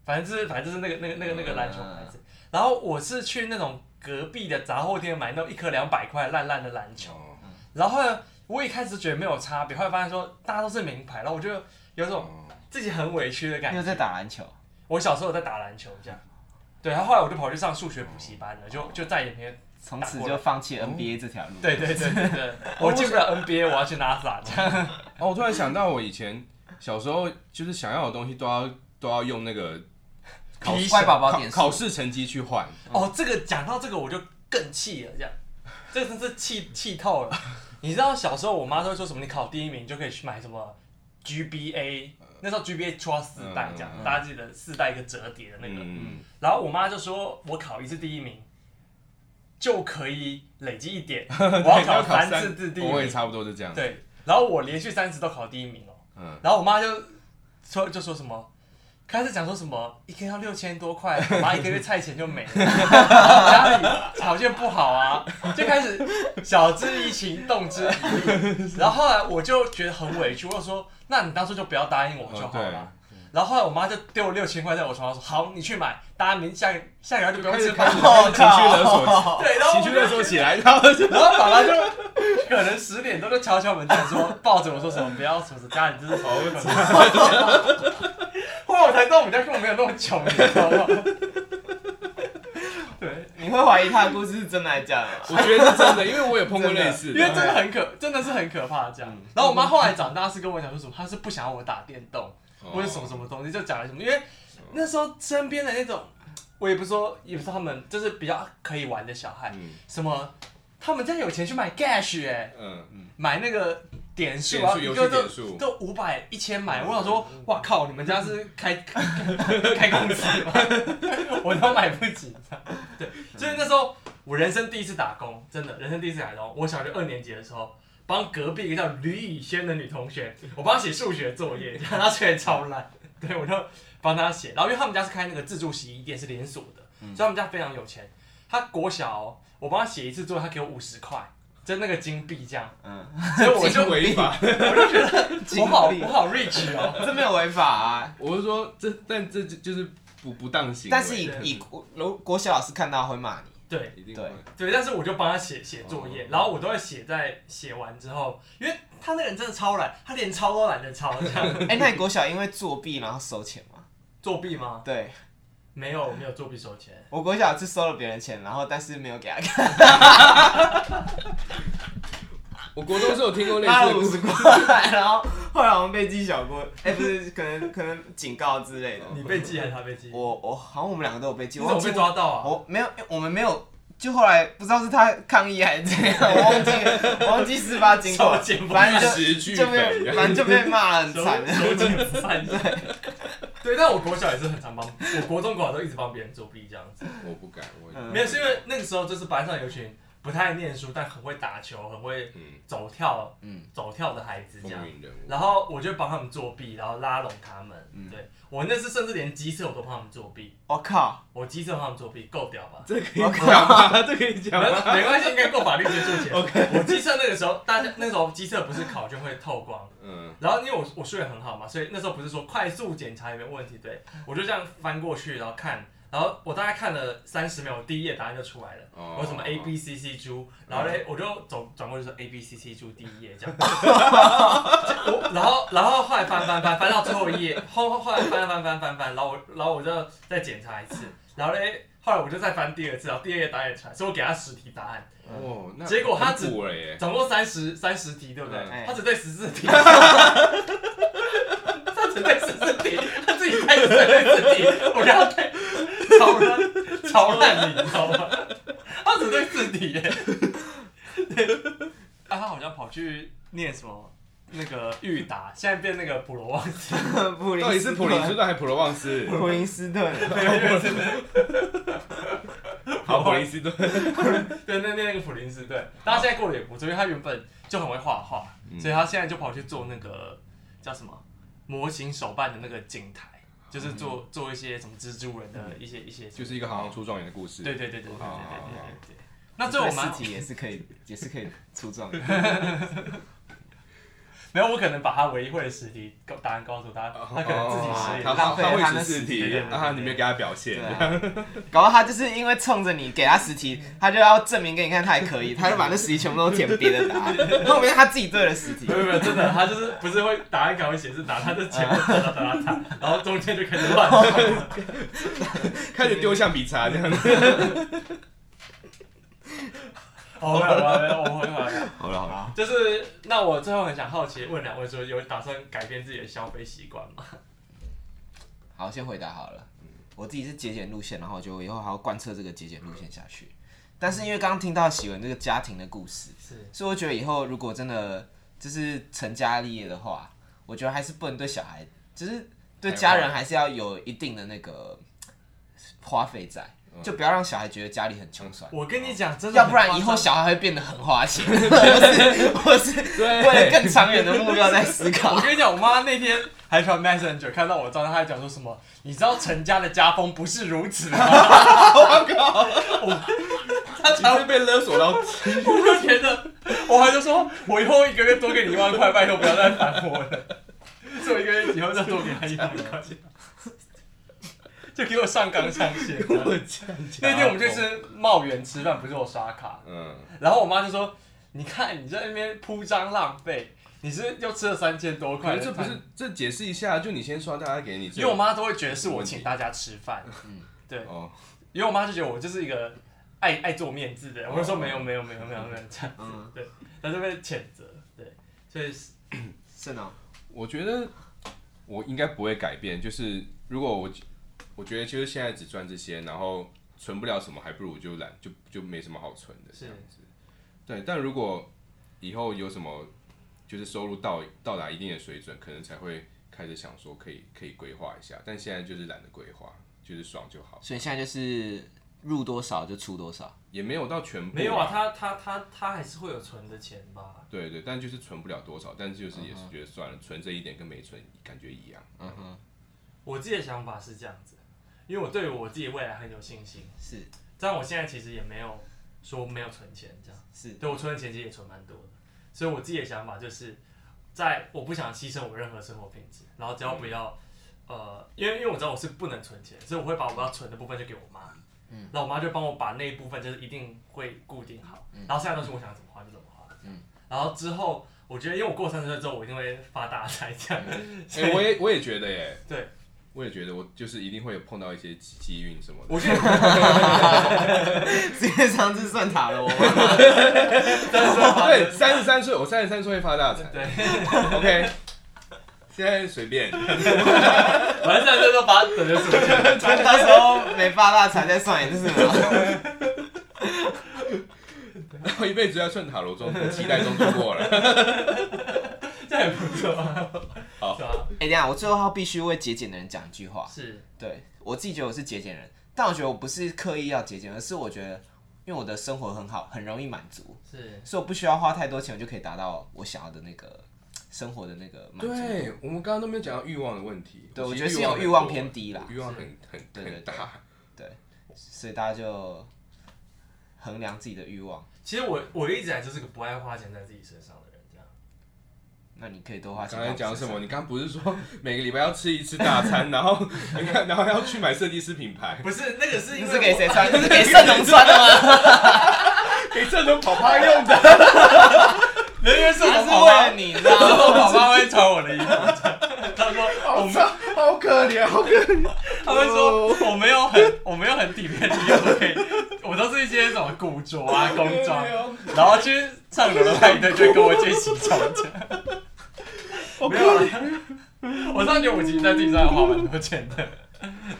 Speaker 2: 反正就是反正就是那个那个那个那个篮球牌子。然后我是去那种隔壁的杂货店买那种一颗两百块烂烂的篮球，
Speaker 3: 哦
Speaker 2: 然后呢，我一开始觉得没有差别，后来发现说大家都是名牌，然后我就有种
Speaker 3: 哦
Speaker 2: 自己很委屈的感
Speaker 1: 你有
Speaker 2: 觉。
Speaker 1: 在打篮球？
Speaker 2: 我小时候有在打篮球这样，对，然后后来我就跑去上数学补习班了，就就再也没有。
Speaker 1: 从此就放弃 NBA 这条路。
Speaker 2: 哦对对对对对， 我进不了 NBA，我要去 NASA 这样。
Speaker 3: 哦，我突然想到，我以前小时候就是想要的东西都要都要用那个考
Speaker 2: 皮
Speaker 1: 乖宝宝
Speaker 3: 考
Speaker 1: 点数
Speaker 3: 考试成绩去换。
Speaker 2: 哦，这个讲到这个我就更气了，这样，这真是气气透了。你知道小时候我妈都会说什么？你考第一名就可以去买什么 GBA，那时候 GBA 出到四代这样，大家记得四代一个折叠的那个。
Speaker 3: 嗯，
Speaker 2: 然后我妈就说，我考一次第一名就可以累积一 点，我要考三次至第一
Speaker 3: 哦我也
Speaker 2: 名。
Speaker 3: 差不多是这样。，
Speaker 2: 对，然后我连续三次都考第一名哦。
Speaker 3: 嗯，
Speaker 2: 然后我妈就说就说什么，开始讲说什么一个要六千多块，我妈一个月菜钱就 没了，然后家里条件不好啊，就开始晓之以情，动之以理。然后后来我就觉得很委屈，我就说那你当初就不要答应我就好了。
Speaker 3: 哦
Speaker 2: 然后后来我妈就丢了六千块在我床上，说：“好，你去买，大家明下个下个月就不
Speaker 3: 开
Speaker 2: 用
Speaker 3: 始
Speaker 2: 吃
Speaker 3: 开
Speaker 2: 饭
Speaker 3: 始
Speaker 2: 了。
Speaker 3: 开始情绪勒 索，
Speaker 2: 对，然后我
Speaker 3: 情
Speaker 2: 就
Speaker 3: 绪勒索起来，然后 就
Speaker 2: 然后爸爸就可能十点多就敲敲门进来说，抱着我说什么不要什么家里就是什么什么。后来我才知道我们家根本没有那么穷，你知道吗？对，
Speaker 1: 你会怀疑他的故事是真的还是假的？
Speaker 3: 我觉得是真的，因为我也碰过类
Speaker 2: 因
Speaker 3: 似的，
Speaker 2: 为真的很可，真的是很可怕这样。然后我妈后来长大是跟我讲说什么，她是不想要我打电动
Speaker 3: 哦
Speaker 2: 或者什么什么东西，就讲了什么，因为那时候身边的那种，我也不是说也不是他们，就是比较可以玩的小孩，
Speaker 3: 嗯
Speaker 2: 什么他们家有钱去买 Gash 哎、
Speaker 3: 嗯，
Speaker 2: 买那个点数
Speaker 3: 点
Speaker 2: 啊，
Speaker 3: 数
Speaker 2: 一
Speaker 3: 游
Speaker 2: 个都
Speaker 3: 戏点数，嗯
Speaker 2: 都五百一千买，我想说，哇靠，你们家是开 开开公司吗？我都买不起，对，所以那时候我人生第一次打工，真的人生第一次打工，我小学二年级的时候。帮隔壁一个叫吕以轩的女同学，我帮她写数学作业，她写得超烂，对我就帮她写。然后因为他们家是开那个自助洗衣店，是连锁的，所以他们家非常有钱。她国小哦、我帮她写一次作业，她给我五十块，就那个金币这样。
Speaker 1: 嗯，
Speaker 2: 所以我就
Speaker 3: 违法。
Speaker 2: 我好
Speaker 1: 经历
Speaker 2: 我好 rich 哦，
Speaker 1: 这没有违法啊。
Speaker 3: 我是说，这但这就是不不当行为，
Speaker 1: 但是以
Speaker 2: 对
Speaker 1: 以国如果小老师看到会骂你，
Speaker 2: 对
Speaker 3: 一定
Speaker 1: 对
Speaker 3: 会。
Speaker 2: 对，但是我就帮他写写作业，
Speaker 3: 哦
Speaker 2: 然后我都会写在写完之后，因为他那个人真的超懒，他连抄都懒得抄，这样
Speaker 1: 哎、那你国小因为作弊然后收钱吗？
Speaker 2: 作弊吗？
Speaker 1: 对，
Speaker 2: 没有，没有作弊收钱，
Speaker 1: 我国小是收了别人钱，然后但是没有给他看，
Speaker 3: 我国中是有听 过类
Speaker 1: 拉
Speaker 3: 似
Speaker 1: 了
Speaker 3: 的故
Speaker 1: 五
Speaker 3: 事
Speaker 1: 十，块，然后后来好像被记小过，哎、不是，可能可能警告之类的。
Speaker 2: 你被记还是他被记？
Speaker 1: 我我好像我们两个都有被记，
Speaker 2: 你
Speaker 1: 我
Speaker 2: 怎么
Speaker 1: 忘记
Speaker 2: 被抓到啊？
Speaker 1: 我没有，我们没有。就后来不知道是他抗议还是怎样，我忘记了，我忘记事发经过
Speaker 2: 手，剪不
Speaker 1: 反正就
Speaker 3: 十句
Speaker 1: 就被
Speaker 3: 本，
Speaker 1: 反正就被骂了很
Speaker 2: 手
Speaker 1: 惨。
Speaker 2: 手剪 三对，对，但我国小也是很常帮，我国中、国小都一直帮别人作弊这样子。
Speaker 3: 我不敢，我
Speaker 1: 嗯
Speaker 2: 没有，是因为那个时候就是班上有一群不太念书，但很会打球、很会
Speaker 3: 嗯，
Speaker 2: 走跳、
Speaker 1: 嗯
Speaker 2: 走跳的孩子这
Speaker 3: 风
Speaker 2: 样。
Speaker 3: 云人物，
Speaker 2: 然后我就帮他们作弊，然后拉拢他们。
Speaker 1: 嗯
Speaker 2: 对我那次甚至连机车我都帮他们作弊，
Speaker 1: 我靠，
Speaker 2: 我机车帮他们作弊，够屌 吧？
Speaker 3: 这可
Speaker 1: 我
Speaker 3: 以
Speaker 1: 靠
Speaker 3: 讲吗？这可以讲吗？
Speaker 2: 没没关系，应该够法律追诉 钱。OK，我机测那个时候，大家那时候机测不是考卷会透光，
Speaker 3: 嗯，
Speaker 2: 然后因为我我数学很好嘛，所以那时候不是说快速检查有没有问题，对我就这样翻过去，然后看，然后我大概看了三十秒，我第一页答案就出来了。
Speaker 3: 哦
Speaker 2: 我什么 A B C C 猪，然后嘞，我就走转过去说 A B C C 猪第一页这样，我然后然后后来翻翻翻翻到最后一页，后后后来翻翻翻翻翻，然后我然后我就再检查一次，然后嘞，后来我就再翻第二次，然后第二页答案也出来，所以我给他十题答案，
Speaker 3: 哦，那
Speaker 2: 结果他只
Speaker 3: 很苦了耶，
Speaker 2: 总共三十三十题，对不对？
Speaker 1: 嗯
Speaker 2: 他只对十四题， 他只对十四题，他自己开始对十四题，我让他对超烂超烂，你知道吗？他只对四题 耶。啊，他好像跑去念什么那个裕达，现在变那个普罗旺 斯， 啊
Speaker 1: 普林
Speaker 3: 到底是普林斯
Speaker 1: 斯
Speaker 3: 顿还是普罗旺斯？
Speaker 1: 顿，普林斯顿，
Speaker 2: 对对
Speaker 3: 好，普林斯顿，
Speaker 2: 对，那那那个普林斯对，但他现在过得也不错，因为他原本就很会画画，
Speaker 3: 嗯
Speaker 2: 所以他现在就跑去做那个叫什么模型手办的那个景台，就是做做一些什么蜘蛛人的一些一些，
Speaker 3: 嗯就是一个行行出状元的故事。
Speaker 2: 对对对对对对对对
Speaker 3: 哦
Speaker 2: 对对。 那最后我
Speaker 1: 四
Speaker 2: 们
Speaker 1: 题也是可以，也是可以出状元。
Speaker 2: 没有，我可能把他唯一会的实题告答案告诉他，
Speaker 3: 哦，
Speaker 2: 他可能自己
Speaker 1: 哦
Speaker 2: 实
Speaker 1: 也
Speaker 2: 验
Speaker 3: 他
Speaker 1: 浪费了他
Speaker 3: 他会
Speaker 1: 那
Speaker 3: 十四
Speaker 1: 十
Speaker 2: 对
Speaker 3: 题
Speaker 2: 对对对
Speaker 3: 啊，你没有给他表
Speaker 1: 对
Speaker 3: 现，
Speaker 1: 啊，搞到他就是因为冲着你给他十题，他就要证明给你看他还可以，他就把那十题全部都填别的 答案，后面他自己对了十题
Speaker 2: 没。有没有，真的，他就是不是会答案赶快显示答，他就 前面哒哒哒哒，然后中间就开始乱 算。
Speaker 3: 开始丢橡皮擦 这样子。
Speaker 2: 好了好了，我回来了。
Speaker 3: 好了好了，
Speaker 2: 就是，那我最后很想好奇问两位说，有打算改变自己的消费习惯吗？
Speaker 1: 好，先回答好了。
Speaker 2: 嗯
Speaker 1: 我自己是节俭路线，然后就以后还要贯彻这个节俭路线下去。但是因为刚刚听到喜文这个家庭的故事，
Speaker 2: 是，
Speaker 1: 所以我觉得以后如果真的就是成家立业的话，我觉得还是不能对小孩，就是对家人还是要有一定的那个花费在，就不要让小孩觉得家里很穷酸。
Speaker 2: 嗯我跟你讲，真的
Speaker 1: 要
Speaker 2: 很
Speaker 1: 不
Speaker 2: 夸张，
Speaker 1: 然以 后小孩会变得很花钱， 我是我是为了更长远的目标在思
Speaker 2: 我
Speaker 1: 考。
Speaker 2: 跟你讲，我妈那天还传 Messenger 看到我照，她还讲说什么？你知道陈家的家风不是如此吗？
Speaker 3: 他才会被勒索到
Speaker 2: 我就觉得，我还就说，我以后一个月多给你一万块，拜托不要再烦我 了。所以我一个月以后再多给他一万块，就给我上纲上线。 那天我们就，是茂源吃饭，不是我刷卡，
Speaker 3: 嗯，
Speaker 2: 然后我妈就说：“你看你在那边铺张浪费，你是又吃了三千多
Speaker 3: 可
Speaker 2: 块。”
Speaker 3: 能这不是这解释一下，就你先刷，大家给你这个，
Speaker 2: 因为我妈都会觉得是我请大家吃饭，对
Speaker 3: 哦，
Speaker 2: 因为我妈就觉得我就是一个爱爱做面子的人，我就说
Speaker 3: 哦
Speaker 2: 没有没有没有没有没有这样，
Speaker 1: 嗯，
Speaker 2: 她就被谴责，对，所以是
Speaker 1: 是哦呢，
Speaker 3: 我觉得我应该不会改变，就是如果我我觉得就是现在只赚这些，然后存不了什么，还不如就懒，就就没什么好存的
Speaker 2: 是
Speaker 3: 这样子。对，但如果以后有什么就是收入到到达一定的水准，可能才会开始想说可以可以规划一下，但现在就是懒得规划，就是爽就好，
Speaker 1: 所以现在就是入多少就出多少。
Speaker 3: 也没有到全部
Speaker 2: 没有啊，。她她她她还是会有存的钱吧？
Speaker 3: 对对，但就是存不了多少，但是就是
Speaker 2: 嗯
Speaker 3: 也是觉得算了，存这一点跟没存感觉一 样。
Speaker 1: 嗯哼，
Speaker 2: 我自己的想法是这样子，因为我对我自己未来很有信心，
Speaker 1: 是
Speaker 2: 但我现在其实也没有说没有存钱这样。
Speaker 1: 是，
Speaker 2: 对我存的钱其实也存蛮多的，所以我自己的想法就是，在我不想牺牲我任何生活品质，然
Speaker 3: 嗯
Speaker 2: 后只要不要，呃，因为因为我知道我是不能存钱，所以我会把我要存的部分就给我妈，嗯，然后我妈就帮我把那一部分就是一定会固定好，
Speaker 3: 嗯
Speaker 2: 然后剩下的东西我想怎么花就怎么花，嗯，然后之后我觉得因为我过三十岁之后我一定会发大财这样，
Speaker 3: 哎、我也我也觉得耶，
Speaker 2: 对，
Speaker 3: 我也觉得我就是一定会有碰到一些机机运什么的。
Speaker 2: 我觉得
Speaker 1: 直接上次算塔罗，
Speaker 2: 三 十岁发
Speaker 3: 对，三十三岁，我三十三岁会发大财。
Speaker 2: 对，
Speaker 3: OK，现在随便。
Speaker 2: 反正三十岁都把它等着数钱，
Speaker 1: 到时候没发大财再算一次 哎嘛。
Speaker 3: 然后一辈子在顺塔罗中期待中度 过了。
Speaker 2: 这样也不错 啊，
Speaker 3: 好
Speaker 2: 是吧？
Speaker 1: 哎、等一下，我最后要必须为节俭的人讲一句话。
Speaker 2: 是，
Speaker 1: 对我自己觉得我是节俭人，但我觉得我不是刻意要节俭，而是我觉得因为我的生活很好，很容易满足，
Speaker 2: 是，
Speaker 1: 所以我不需要花太多钱，我就可以达到我想要的那个生活的那个满足。
Speaker 3: 对，我们刚刚都没有讲到欲望的问题。
Speaker 1: 对
Speaker 3: 其实
Speaker 1: 我觉得是有
Speaker 3: 很
Speaker 1: 欲望
Speaker 3: 多
Speaker 1: 偏低啦
Speaker 3: 欲望很很
Speaker 1: 对对
Speaker 3: 很大。
Speaker 1: 所以大家就衡量自己的欲望。
Speaker 2: 其实我我一直以来就是个不爱花钱在自己身上的人，这样，
Speaker 1: 那你可以多花钱。
Speaker 3: 刚才讲什么？？你刚刚不是说每个礼拜要吃一次大 餐，然后你看，然后要去买设计师品牌，
Speaker 2: 不是那个是因
Speaker 1: 你
Speaker 2: 为
Speaker 1: 是
Speaker 2: 我
Speaker 1: 给谁穿？你是给圣农穿的吗？
Speaker 3: 给这种跑趴 用的。
Speaker 2: 人员是
Speaker 1: 他
Speaker 2: 我
Speaker 1: 是
Speaker 2: 跑
Speaker 1: 为
Speaker 2: 妈
Speaker 1: 了，你，你知
Speaker 2: 然
Speaker 1: 道吗？
Speaker 2: 后我跑妈会穿我的衣服，他说我们
Speaker 3: 好可怜，好可
Speaker 1: 哦
Speaker 3: 怜。
Speaker 2: 他会说我没有很我没有很体面的衣服可以，我都是一些什么古着 啊工装，
Speaker 3: 哦
Speaker 2: 然后去上楼的派对就跟我借洗澡的。 没有啦， 我上学五级在自己身上花蛮多钱的，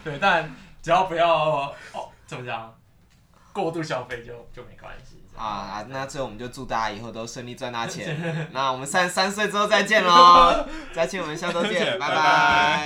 Speaker 2: 对，但只要不要哦怎么讲，过度消费就就没关系。
Speaker 1: 啊啊！那最后我们就祝大家以后都顺利 赚大钱。那我们三三岁之后再见喽，再见，我们下周见，
Speaker 3: 拜
Speaker 1: 拜
Speaker 3: 拜
Speaker 1: 拜。